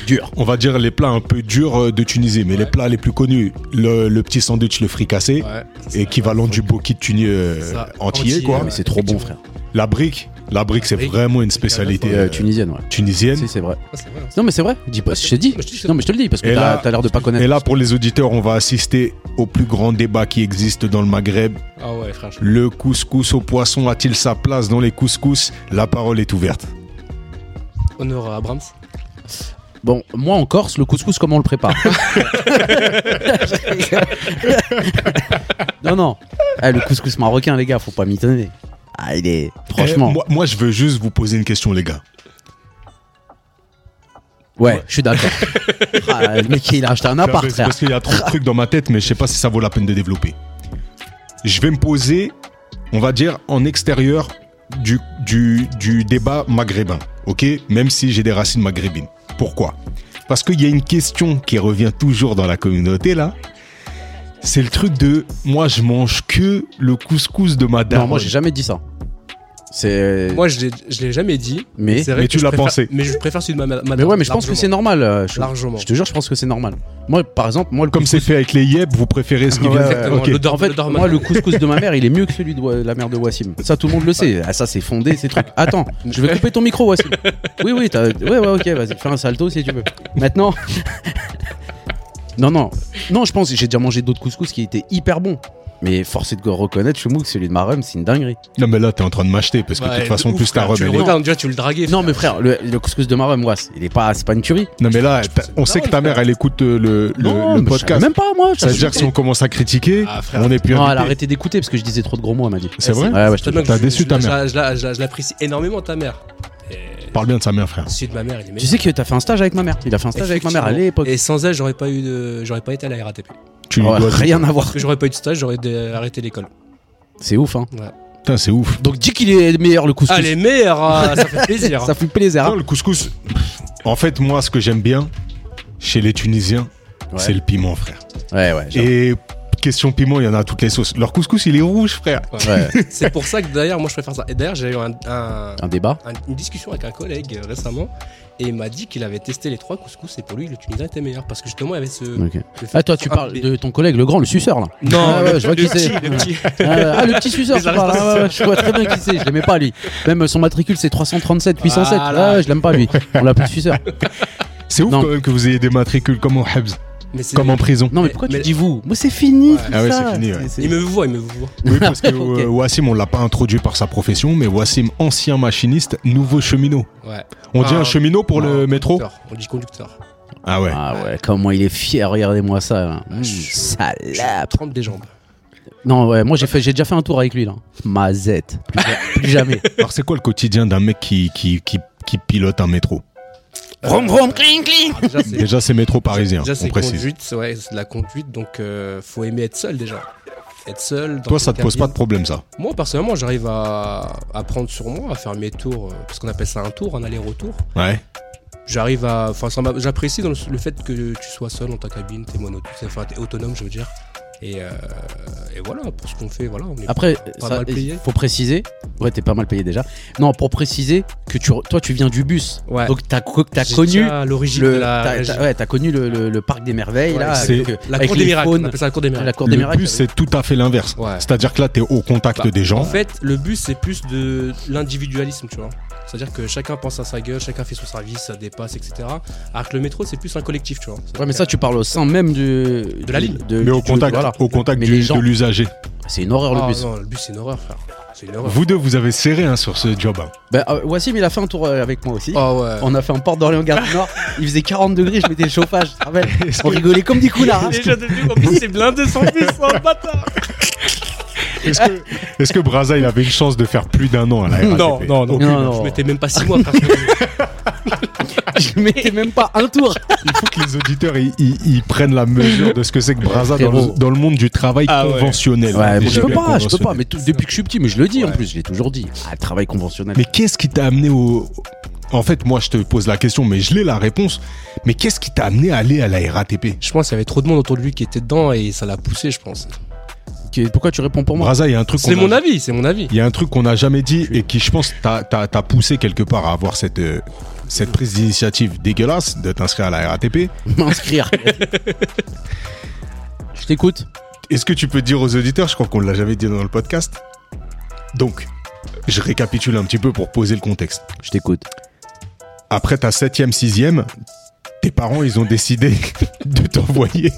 Speaker 3: Dur.
Speaker 2: On va dire les plats un peu durs euh, de Tunisie, mais les plats les plus connus, le, le petit sandwich, le fricassé,
Speaker 4: Ouais.
Speaker 2: équivalent du boki tuni euh,
Speaker 4: Ça,
Speaker 2: antillais,
Speaker 4: antillais,
Speaker 2: quoi.
Speaker 3: Ah, mais c'est trop bon, frère.
Speaker 2: La brique, la brique, c'est
Speaker 4: brique.
Speaker 2: vraiment une
Speaker 4: Et,
Speaker 2: spécialité
Speaker 3: Euh,
Speaker 2: euh,
Speaker 3: tunisienne, ouais.
Speaker 2: tunisienne.
Speaker 3: Si, c'est vrai.
Speaker 4: Ah, c'est vrai.
Speaker 3: Non, mais c'est vrai. Dis pas, je t'ai dit.
Speaker 4: Moi, je te dis ça.
Speaker 3: Non, mais je te le dis parce que
Speaker 2: Et
Speaker 3: t'as
Speaker 2: là-
Speaker 3: t'as l'air de pas connaître.
Speaker 2: Et là, pour les auditeurs, on va assister au plus grand débat qui existe dans le Maghreb.
Speaker 4: Ah, ouais, frère. je-
Speaker 2: Le couscous au poisson a-t-il sa place dans les couscous La parole est ouverte.
Speaker 4: Honneur à Abrams.
Speaker 3: Bon, moi en Corse, le couscous, comment on le prépare Non, non. Ah, le couscous marocain, les gars, faut pas mitonner. Ah, il est. Franchement.
Speaker 2: Eh, moi, moi, je veux juste vous poser une question, les gars.
Speaker 3: Ouais, je suis d'accord. Ah, le mec, il a acheté un appart,
Speaker 2: Parce-
Speaker 3: frère.
Speaker 2: parce qu'il y a trop de trucs dans ma tête, mais je sais pas si ça vaut la peine de développer. Je vais me poser, on va dire, en extérieur du, du, du débat maghrébin, ok Même si j'ai des racines maghrébines. Pourquoi Parce qu'il y a une question qui revient toujours dans la communauté, là. C'est le truc de moi, je mange que le couscous de ma
Speaker 3: Non,
Speaker 2: daronne.
Speaker 3: moi, j'ai jamais dit ça. C'est.
Speaker 4: Moi, je l'ai je l'ai jamais dit.
Speaker 3: Mais.
Speaker 4: C'est vrai
Speaker 2: Mais
Speaker 4: que
Speaker 2: tu
Speaker 4: je
Speaker 2: l'as
Speaker 4: préfère-
Speaker 2: pensé.
Speaker 4: Mais je préfère celui de ma madame.
Speaker 3: Mais ouais, mais je pense que c'est normal. euh, Je,
Speaker 4: Largement.
Speaker 3: je te jure, je pense que c'est normal. Moi, par exemple, moi, le
Speaker 2: Comme c'est fait avec les yeb, vous préférez ce qui
Speaker 3: Ouais,
Speaker 2: vient
Speaker 3: ouais,
Speaker 2: faire.
Speaker 4: Exactement.
Speaker 2: Ok.
Speaker 4: Le dor-
Speaker 3: En fait,
Speaker 4: le dorman.
Speaker 3: moi, le couscous de ma mère, il est mieux que celui de Wa- la mère de Wassim. Ça, tout le monde le sait. Ah, ça, c'est fondé, ces trucs. Attends, je vais couper ton micro, Wassim. Oui, oui, t'as- ouais, ouais, ok, vas-y, fais un salto si tu veux. Maintenant. Non, non. Non, je pense que j'ai déjà mangé d'autres couscous qui étaient hyper bons. Mais force est de reconnaître, Chumou, que celui de ma rhum, c'est une dinguerie.
Speaker 2: Non, mais là, t'es en train de m'acheter parce que de
Speaker 4: Ouais,
Speaker 2: toute façon,
Speaker 4: ouf,
Speaker 2: plus ta
Speaker 4: frère,
Speaker 2: robe,
Speaker 4: Tu
Speaker 2: elle
Speaker 4: le
Speaker 2: est-
Speaker 4: regardes, déjà, tu le draguais.
Speaker 3: Non, mais frère, le, le couscous de ma rhum, Wass, il est pas, c'est pas une tuerie.
Speaker 2: Non, mais là, t'as- on sait que ta mère, elle écoute euh, le, le-
Speaker 3: Non,
Speaker 2: le
Speaker 3: mais je savais
Speaker 2: podcast.
Speaker 3: Même pas, moi. je
Speaker 2: Ça veut
Speaker 3: savais
Speaker 2: dire que si on commence à critiquer,
Speaker 4: Ah, frère.
Speaker 2: on n'est plus
Speaker 3: Non, elle a
Speaker 2: invité.
Speaker 3: arrêté d'écouter parce que je disais trop de gros mots, elle m'a dit.
Speaker 2: C'est vrai
Speaker 3: Ouais, ouais, je te
Speaker 4: Très bien
Speaker 3: jure.
Speaker 4: que
Speaker 2: T'as
Speaker 4: je-
Speaker 2: déçu
Speaker 4: je-
Speaker 2: ta
Speaker 4: je-
Speaker 2: mère.
Speaker 4: Je la- je la- je l'apprécie énormément, ta mère. Et-
Speaker 2: Parle bien de sa mère, frère.
Speaker 4: Celui de ma mère, il est
Speaker 3: Tu
Speaker 4: meilleur.
Speaker 3: sais que t'as fait un stage avec ma mère. Il a fait un stage avec ma mère à l'époque.
Speaker 4: Et sans elle, j'aurais pas eu de... j'aurais pas été à la RATP. Parce
Speaker 2: Tu lui
Speaker 3: Ouais,
Speaker 2: dois
Speaker 3: rien à voir.
Speaker 4: que j'aurais pas eu de stage, j'aurais dé- arrêté l'école.
Speaker 3: C'est ouf, hein.
Speaker 4: Ouais.
Speaker 2: Putain, c'est ouf.
Speaker 3: Donc dis qu'il est meilleur le couscous.
Speaker 4: Ah, les meilleurs, ah, ça fait plaisir.
Speaker 3: ça fait plaisir. hein.
Speaker 2: Non, le couscous. En fait, moi, ce que j'aime bien chez les Tunisiens,
Speaker 3: Ouais.
Speaker 2: c'est le piment, frère.
Speaker 3: Ouais, ouais. j'avoue.
Speaker 2: Et question piment, il y en a à toutes les sauces. Leur couscous, il est rouge, frère.
Speaker 3: Ouais,
Speaker 4: C'est pour ça que d'ailleurs, moi, je préfère ça. Et d'ailleurs, j'ai eu un- un,
Speaker 3: un débat.
Speaker 4: un- une discussion avec un collègue euh, récemment et il m'a dit qu'il avait testé les trois couscous et pour lui le Tunisien était meilleur parce que justement il y avait ce.
Speaker 3: Ok.
Speaker 4: le fait
Speaker 3: Ah, toi,
Speaker 4: que-
Speaker 3: tu
Speaker 4: ah,
Speaker 3: parles
Speaker 4: mais-
Speaker 3: de ton collègue, le grand, le suceur, là.
Speaker 4: Non,
Speaker 3: Ah, ouais, je vois
Speaker 4: le
Speaker 3: qui
Speaker 4: petit,
Speaker 3: c'est.
Speaker 4: le petit.
Speaker 3: Euh, ah, le petit suceur, tu
Speaker 4: Les
Speaker 3: parles. Ah, ouais, ouais, je vois très bien qui c'est. Je l'aimais pas, lui. Même euh, son matricule, c'est 337 807.
Speaker 4: Voilà.
Speaker 3: Ah, je l'aime pas, lui. On l'appelle suceur.
Speaker 2: C'est ouf
Speaker 3: Non.
Speaker 2: quand même que vous ayez des matricules comme en Hebs,
Speaker 4: Mais c'est-
Speaker 2: comme en prison.
Speaker 3: Non, mais pourquoi
Speaker 4: Mais-
Speaker 3: tu dis vous Moi, c'est fini.
Speaker 4: Ouais.
Speaker 2: Ah ouais,
Speaker 3: ça.
Speaker 2: c'est fini, ouais.
Speaker 3: C'est-
Speaker 4: Il me voit, il me voit.
Speaker 2: Oui, parce que
Speaker 3: Ok.
Speaker 2: euh, Wassim, on l'a pas introduit par sa profession, mais Wassim, ancien machiniste, nouveau cheminot.
Speaker 4: Ouais.
Speaker 2: On dit
Speaker 4: Ah,
Speaker 2: un cheminot pour
Speaker 4: Non,
Speaker 2: le métro
Speaker 4: conducteur. On dit conducteur.
Speaker 2: Ah ouais.
Speaker 3: Ah ouais, comment il est fier, regardez-moi ça. là.
Speaker 4: Ah,
Speaker 3: Mmh, salope.
Speaker 4: Je trempe des jambes.
Speaker 3: Non, ouais, moi j'ai fait, j'ai déjà fait un tour avec lui là. Mazette, plus, ja- plus jamais.
Speaker 2: Alors, c'est quoi le quotidien d'un mec qui, qui, qui, qui pilote un métro
Speaker 3: Vroom, vroom, cling, cling.
Speaker 4: Ah, déjà, c'est-
Speaker 2: Déjà, c'est métro parisien,
Speaker 4: déjà, c'est
Speaker 2: on précise.
Speaker 4: conduite, c'est- ouais, c'est de la conduite, donc euh, faut aimer être seul déjà. Être seul. dans
Speaker 2: Toi,
Speaker 4: une
Speaker 2: ça te pose pas
Speaker 4: cabine.
Speaker 2: de problème, ça
Speaker 4: Moi, personnellement, j'arrive à, à prendre sur moi, à faire mes tours, euh, parce qu'on appelle ça un tour, un aller-retour.
Speaker 2: Ouais.
Speaker 4: J'arrive à. Enfin, ça m'a- j'apprécie dans le, le fait que tu sois seul dans ta cabine, t'es mono, t'es- enfin, t'es autonome, je veux dire. Et, euh, et voilà, pour ce qu'on fait, voilà, on est
Speaker 3: Après,
Speaker 4: Pas
Speaker 3: ça,
Speaker 4: mal payé.
Speaker 3: faut préciser. Ouais, t'es pas mal payé déjà. Non, pour préciser que tu, re- toi, tu viens du bus.
Speaker 4: Ouais.
Speaker 3: Donc, t'as co- t'as
Speaker 4: J'ai
Speaker 3: connu.
Speaker 4: déjà l'origine de
Speaker 3: Le,
Speaker 4: la
Speaker 3: t'as-
Speaker 4: régie.
Speaker 3: t'as- ouais, t'as connu le, le- le parc des merveilles
Speaker 4: Ouais,
Speaker 3: là,
Speaker 2: c'est
Speaker 3: avec, euh,
Speaker 4: la
Speaker 3: avec
Speaker 4: cour des
Speaker 3: les
Speaker 4: miracles, on
Speaker 3: faunes,
Speaker 4: appelle ça la cour des miracles.
Speaker 3: la cour des
Speaker 2: Le
Speaker 3: miracles.
Speaker 2: bus, c'est tout à fait l'inverse.
Speaker 4: Ouais.
Speaker 2: C'est-à-dire que là, t'es au contact
Speaker 4: Bah,
Speaker 2: des gens.
Speaker 4: En fait, le but c'est plus de l'individualisme, tu vois. C'est-à-dire que chacun pense à sa gueule, chacun fait son service, ça dépasse, etc. Alors que le métro c'est plus un collectif, tu vois.
Speaker 3: Ouais, mais ça, tu parles au sein même du,
Speaker 4: De la ligne.
Speaker 2: mais au contact,
Speaker 3: voilà.
Speaker 2: au contact
Speaker 3: Mais
Speaker 2: du-
Speaker 3: les gens-
Speaker 2: de l'usager.
Speaker 3: C'est une horreur
Speaker 4: Ah,
Speaker 3: le bus.
Speaker 4: non, le bus c'est une horreur, frère. C'est une horreur.
Speaker 2: Vous deux, vous avez serré hein, sur ce job. hein.
Speaker 3: Bah, euh, Wassim, il a fait un tour euh, avec moi aussi.
Speaker 4: Ah ouais.
Speaker 3: On a fait un port d'Orléans Gare du Nord. Il faisait 40 degrés, je mettais le chauffage. tu te rappelles On rigolait comme des coulards. hein.
Speaker 4: Déjà depuis, en plus c'est blindé sans bus, oh bâtard
Speaker 2: Est-ce que, est-ce que Braza, il avait une chance de faire plus d'un an à la RATP
Speaker 4: Non, non, non,
Speaker 2: Aucune.
Speaker 3: Non, non.
Speaker 4: Je mettais même pas 6 mois, frère.
Speaker 3: Je mettais même pas un tour.
Speaker 2: Il faut que les auditeurs ils, ils- ils prennent la mesure de ce que c'est que Braza dans le,
Speaker 3: Frérot.
Speaker 2: dans le monde du travail
Speaker 4: Ah ouais.
Speaker 2: conventionnel.
Speaker 3: Ouais,
Speaker 2: Des
Speaker 3: bon, je peux
Speaker 2: jobs
Speaker 3: pas, je peux pas.
Speaker 2: conventionnels.
Speaker 3: Mais tout- depuis que je suis petit, mais je le dis en
Speaker 4: Ouais.
Speaker 3: plus, je l'ai toujours dit. Ah, travail conventionnel.
Speaker 2: Mais qu'est-ce qui t'a amené au. En fait, moi, je te pose la question, mais je l'ai la réponse. Mais qu'est-ce qui t'a amené à aller à la RATP
Speaker 4: Je pense qu'il y avait trop de monde autour de lui qui était dedans et ça l'a poussé, je pense.
Speaker 3: Que- Pourquoi tu réponds pour moi
Speaker 2: Braza, il y a un truc.
Speaker 4: C'est
Speaker 2: qu'on
Speaker 4: mon
Speaker 2: a-
Speaker 4: avis, c'est mon avis.
Speaker 2: Il y a un truc qu'on n'a jamais dit et qui, je pense, t'a t'a- t'a poussé quelque part à avoir cette, euh, cette prise d'initiative dégueulasse de t'inscrire à la RATP.
Speaker 3: M'inscrire. je t'écoute.
Speaker 2: Est-ce que tu peux dire aux auditeurs, je crois qu'on ne l'a jamais dit dans le podcast Donc, je récapitule un petit peu pour poser le contexte.
Speaker 3: Je t'écoute.
Speaker 2: Après ta septième, sixième, tes parents, ils ont décidé de t'envoyer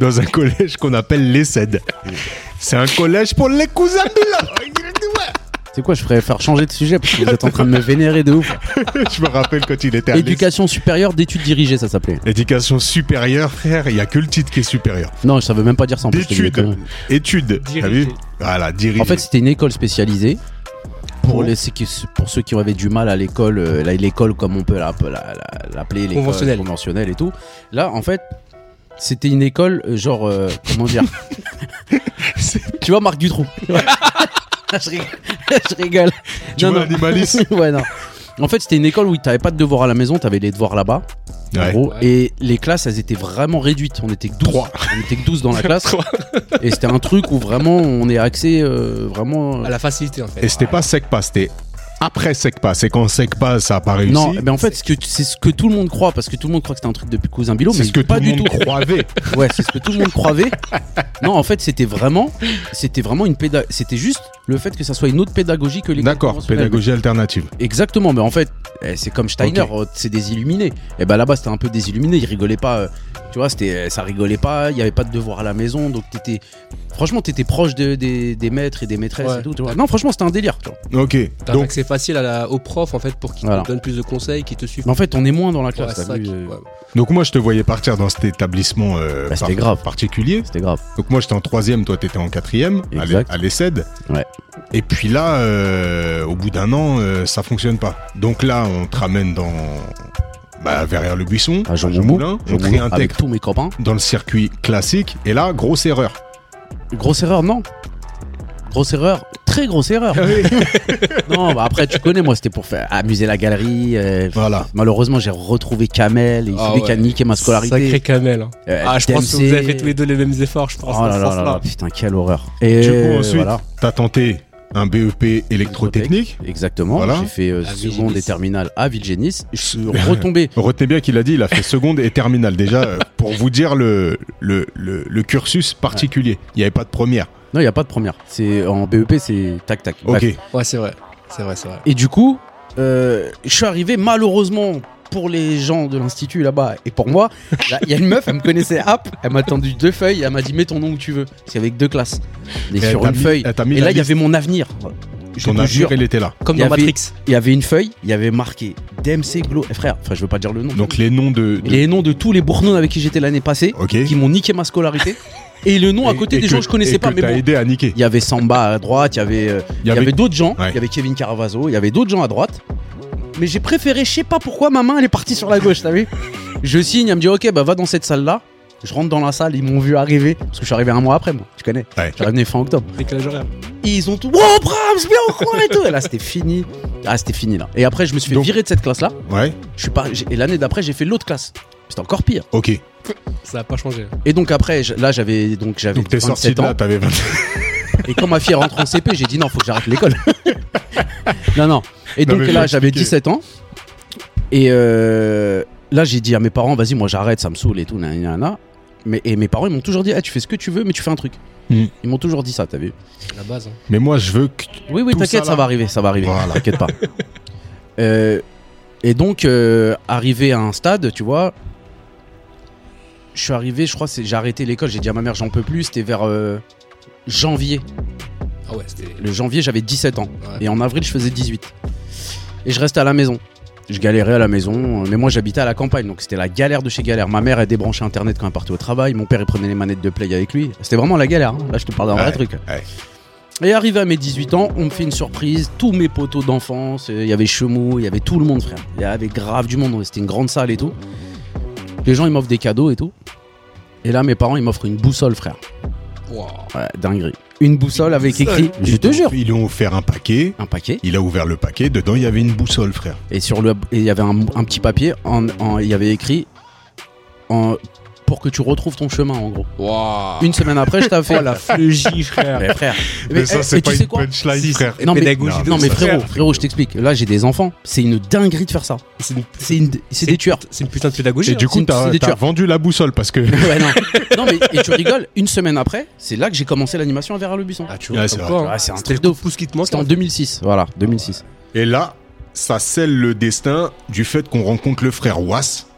Speaker 2: dans un collège qu'on appelle l'ESSED. C'est un collège pour les cousins de
Speaker 3: C'est quoi, je ferais faire changer de sujet parce que vous êtes en train de me vénérer de ouf.
Speaker 2: là. Je me rappelle quand il était à l'ESSED.
Speaker 3: Éducation supérieure d'études dirigées, ça s'appelait.
Speaker 2: Éducation supérieure, frère, il n'y a que le titre qui est supérieur.
Speaker 3: Non, ça veut même pas dire ça en plus. je te dis des
Speaker 2: D'études,
Speaker 3: conneries.
Speaker 2: études, t'as
Speaker 4: Dirigé.
Speaker 2: vu Voilà, dirigé.
Speaker 3: En fait, c'était une école spécialisée. Pour,
Speaker 2: Pour-
Speaker 3: les, ceux qui- pour ceux qui avaient du mal à l'école, euh, la- l'école comme on peut la- la- la- l'appeler, l'école
Speaker 4: Conventionnelle.
Speaker 3: conventionnelle et tout. Là, en fait, c'était une école, euh, genre, euh, comment dire Tu vois, Marc Dutroux. je rigole. Je rigole.
Speaker 2: tu vois, animaliste.
Speaker 3: ouais, non. En fait, c'était une école où t'avais pas de devoirs à la maison, t'avais les devoirs là-bas. En
Speaker 2: Ouais.
Speaker 3: gros,
Speaker 4: Ouais.
Speaker 3: et les classes, elles étaient vraiment réduites. On était que 12.
Speaker 2: Trois.
Speaker 3: On était que 12 dans la classe.
Speaker 4: Trois.
Speaker 3: et c'était un truc où vraiment on est axé euh, vraiment.
Speaker 4: À la facilité en fait.
Speaker 2: Et c'était pas SECPA, c'était après SECPA. C'est quand SECPA, ça a pas réussi.
Speaker 3: Non, mais en fait, ce que- c'est ce que tout le monde croit, parce que tout le monde croit que c'était un truc depuis Cousin Bilo,
Speaker 2: c'est
Speaker 3: mais
Speaker 2: ce que
Speaker 3: pas
Speaker 2: tout le
Speaker 3: du
Speaker 2: monde
Speaker 3: tout.
Speaker 2: croyait.
Speaker 3: Ouais, c'est ce que tout le monde croyait. Non, en fait, c'était vraiment, c'était vraiment une pédagogie. C'était juste le fait que ça soit une autre pédagogie que les.
Speaker 2: D'accord, pédagogie alternative.
Speaker 3: Exactement, mais en fait, eh, c'est comme Steiner, euh, c'est des illuminés. Et ben là-bas, c'était un peu des illuminés, ils rigolaient pas, euh, tu vois, c'était, euh, ça rigolait pas, il y avait pas de devoir à la maison, donc t'étais, franchement, t'étais proche de- des, des maîtres et des maîtresses
Speaker 4: Ouais.
Speaker 3: et tout, tu vois. Non, franchement, c'était un délire, tu vois.
Speaker 2: Ok,
Speaker 4: T'as fait
Speaker 2: donc
Speaker 4: que c'est facile à la- aux profs en fait pour qu'ils
Speaker 3: Voilà.
Speaker 4: te donnent plus de conseils, qu'ils te suivent.
Speaker 3: Mais en fait, on est moins dans la
Speaker 4: Ouais,
Speaker 3: classe,
Speaker 4: c'est
Speaker 3: t'as
Speaker 4: ça
Speaker 3: vu,
Speaker 4: qui-
Speaker 3: euh,
Speaker 4: ouais.
Speaker 2: donc moi je te voyais partir dans cet établissement euh,
Speaker 3: Bah, c'était grave.
Speaker 2: particulier.
Speaker 3: C'était grave.
Speaker 2: Donc moi j'étais en troisième, toi t'étais en quatrième à l'e-
Speaker 3: Exact.
Speaker 2: à l'ESSED.
Speaker 3: Ouais.
Speaker 2: Et puis là, euh, au bout d'un an, euh, ça fonctionne pas. Donc là, on te ramène dans bah, vers le buisson,
Speaker 3: À Ah, Jean
Speaker 2: Jean Moulin, on
Speaker 3: Moulin,
Speaker 2: te réintègre
Speaker 3: avec tous mes copains.
Speaker 2: dans le circuit classique. Et là, grosse erreur.
Speaker 3: Grosse erreur, non Grosse erreur, très grosse erreur.
Speaker 4: Ah
Speaker 3: non, bah après, tu connais, moi, c'était pour faire amuser la galerie. euh,
Speaker 2: Voilà.
Speaker 3: Malheureusement, j'ai retrouvé Kamel, et il
Speaker 4: Ah
Speaker 3: savait
Speaker 4: ouais.
Speaker 3: qu'il a niqué ma scolarité.
Speaker 4: Sacré Kamel. hein.
Speaker 3: Euh,
Speaker 4: ah, je pense que
Speaker 3: DMC.
Speaker 4: vous avez fait tous les deux les mêmes efforts, je pense.
Speaker 3: Oh
Speaker 4: dans
Speaker 3: là
Speaker 4: ce
Speaker 3: là là
Speaker 4: sens-là.
Speaker 3: là, putain, quelle horreur. Et
Speaker 2: Du coup, ensuite,
Speaker 3: voilà,
Speaker 2: t'as tenté un BEP électrotechnique.
Speaker 3: exactement.
Speaker 2: Voilà.
Speaker 3: J'ai fait euh,
Speaker 4: À
Speaker 3: seconde
Speaker 4: Villegis.
Speaker 3: et terminale à Villegis. Je suis retombé.
Speaker 2: Retenez bien qu'il a dit, il a fait seconde et terminale déjà euh, pour vous dire le, le, le, le cursus particulier. Il n'y avait pas de première.
Speaker 3: Non, il n'y a pas de première. C'est en BEP, c'est tac tac.
Speaker 2: Ok.
Speaker 3: Bac.
Speaker 4: Ouais, c'est vrai. C'est vrai, c'est vrai.
Speaker 3: Et du coup, euh, je suis arrivé malheureusement pour les gens de l'institut là-bas et pour moi, là, il y a une meuf, elle me connaissait hop, elle m'a tendu deux feuilles, elle m'a dit mets ton nom où tu veux. C'est avec deux classes. Et
Speaker 2: Elle
Speaker 3: sur
Speaker 2: t'a
Speaker 3: une
Speaker 2: mis-
Speaker 3: feuille.
Speaker 2: elle t'a mis
Speaker 3: Et
Speaker 2: la
Speaker 3: là, il y
Speaker 2: liste.
Speaker 3: avait mon avenir. Je
Speaker 2: Ton
Speaker 3: te jure,
Speaker 2: avenir, il était là.
Speaker 4: Comme
Speaker 3: Il y
Speaker 4: dans
Speaker 3: avait-
Speaker 4: Matrix.
Speaker 3: il y avait une feuille, il y avait marqué DMC Glow. Eh, frère, enfin je veux pas dire le nom.
Speaker 2: Donc les noms de. de-
Speaker 3: les noms de tous les bournons avec qui j'étais l'année passée,
Speaker 2: Ok.
Speaker 3: qui m'ont niqué ma scolarité, et le nom à
Speaker 2: Et-
Speaker 3: côté
Speaker 2: et
Speaker 3: des
Speaker 2: que-
Speaker 3: gens que je connaissais
Speaker 2: et
Speaker 3: pas,
Speaker 2: que
Speaker 3: mais
Speaker 2: t'as
Speaker 3: bon.
Speaker 2: aidé à niquer.
Speaker 3: Il y avait Samba à droite, il y avait, euh,
Speaker 2: Il y avait-
Speaker 3: d'autres gens,
Speaker 2: Ouais.
Speaker 3: il y avait Kevin Caravazo, il y avait d'autres gens à droite. Mais j'ai préféré, je sais pas pourquoi, ma main elle est partie sur la gauche, t'as vu Je signe, elle me dit ok, bah va dans cette salle là. Je rentre dans la salle, ils m'ont vu arriver, parce que je suis arrivé un mois après, moi, tu connais.
Speaker 2: Ouais.
Speaker 3: Je suis arrivé fin octobre.
Speaker 4: Décalage horaire.
Speaker 3: Et ils ont tout, Oh, wow, Brahms, bien au coin et tout. Et là c'était fini. Ah, c'était fini là. Et après, je me suis fait
Speaker 2: Donc-
Speaker 3: virer de cette classe là.
Speaker 2: Ouais.
Speaker 3: Je suis pas... j'ai- Et l'année d'après, j'ai fait l'autre classe. C'était encore pire.
Speaker 2: Ok.
Speaker 4: Ça n'a pas changé.
Speaker 3: Et donc après, je- là j'avais donc j'avais
Speaker 2: Donc t'es sorti
Speaker 3: 27
Speaker 2: de
Speaker 3: ans.
Speaker 2: là, t'avais 20
Speaker 3: Et quand ma fille rentre en CP, j'ai dit non, faut que j'arrête l'école. non, non. Et
Speaker 2: Non,
Speaker 3: donc
Speaker 2: mais
Speaker 3: là,
Speaker 2: j'ai
Speaker 3: j'avais
Speaker 2: expliqué.
Speaker 3: 17 ans. Et euh, là, j'ai dit à mes parents, vas-y, moi j'arrête, ça me saoule et tout, nan, nan, nan. Mais, et mes parents, ils m'ont toujours dit, Ah, tu fais ce que tu veux, mais tu fais un truc.
Speaker 2: Hmm.
Speaker 3: Ils m'ont toujours dit ça, t'as vu
Speaker 4: La base. hein.
Speaker 2: Mais moi, je veux que.
Speaker 3: Oui, oui,
Speaker 2: Tout
Speaker 3: t'inquiète,
Speaker 2: ça,
Speaker 3: ça,
Speaker 2: là.
Speaker 3: va arriver, ça va arriver.
Speaker 2: Voilà.
Speaker 3: T'inquiète pas. Euh, et donc, euh, arrivé à un stade, tu vois, je suis arrivé, je crois, c'est- j'ai arrêté l'école, j'ai dit à ma mère, j'en peux plus, c'était vers euh, janvier.
Speaker 4: Ah ouais, c'était.
Speaker 3: Le janvier, j'avais 17 ans.
Speaker 4: Ouais.
Speaker 3: Et en avril, je faisais 18. Et je restais à la maison. Je galérais à la maison, euh, mais moi j'habitais à la campagne, donc c'était la galère de chez galère. Ma mère, elle débranchait internet quand elle partait au travail, mon père, il prenait les manettes de play avec lui. C'était vraiment la galère, hein. là je te parle d'un vrai
Speaker 2: Ouais,
Speaker 3: truc.
Speaker 2: ouais.
Speaker 3: Et arrivé à mes 18 ans, on me fait une surprise, tous mes poteaux d'enfance, euh, il y avait Chemou, il y avait tout le monde, frère. Il y avait grave du monde, c'était une grande salle et tout. Les gens, ils m'offrent des cadeaux et tout. Et là, mes parents, ils m'offrent une boussole, frère.
Speaker 4: Wow.
Speaker 3: Ouais, dinguerie. Une boussole avec
Speaker 4: Une boussole.
Speaker 3: écrit, je te jure,
Speaker 2: Ils lui ont offert un paquet.
Speaker 3: un paquet.
Speaker 2: Il a ouvert le paquet. Dedans, il y avait une boussole, frère.
Speaker 3: Et sur le, et il y avait un, un petit papier, en, en- il y avait écrit en, pour que tu retrouves ton chemin en gros.
Speaker 4: Wow.
Speaker 3: Une semaine après, je t'avais fait.
Speaker 4: la fleugie, frère.
Speaker 3: Mais frère,
Speaker 2: Mais, ça,
Speaker 3: eh,
Speaker 2: c'est
Speaker 3: mais
Speaker 2: pas
Speaker 3: tu sais
Speaker 2: une
Speaker 3: quoi
Speaker 2: punchline,
Speaker 4: Si, si.
Speaker 2: frère.
Speaker 4: Et
Speaker 3: Non, mais-
Speaker 4: pédagogie de
Speaker 3: Non mais
Speaker 4: ouf,
Speaker 3: frérot,
Speaker 4: frère.
Speaker 3: frérot, je t'explique. Là, j'ai des enfants. C'est une dinguerie de faire ça.
Speaker 4: C'est une-
Speaker 3: C'est une, c'est des tueurs.
Speaker 4: c'est une putain de pédagogie.
Speaker 2: Et
Speaker 4: hein.
Speaker 2: du coup,
Speaker 3: une- c'est
Speaker 2: t'as
Speaker 3: des
Speaker 2: t'as
Speaker 3: tueurs.
Speaker 2: vendu la boussole parce que.
Speaker 3: Ouais, non. non mais et tu rigoles. Une semaine après, c'est là que j'ai commencé l'animation à Vera Le Buisson.
Speaker 4: Ah, tu
Speaker 2: Ouais,
Speaker 4: vois,
Speaker 2: c'est
Speaker 4: comme
Speaker 2: vrai.
Speaker 4: quoi, hein.
Speaker 3: Ouais, c'est un
Speaker 4: C'était le
Speaker 3: truc de ouf.
Speaker 4: pouce qui te manque.
Speaker 3: C'était en 2006. Voilà, 2006.
Speaker 2: Et là, ça scelle le destin du fait qu'on rencontre le frère Was,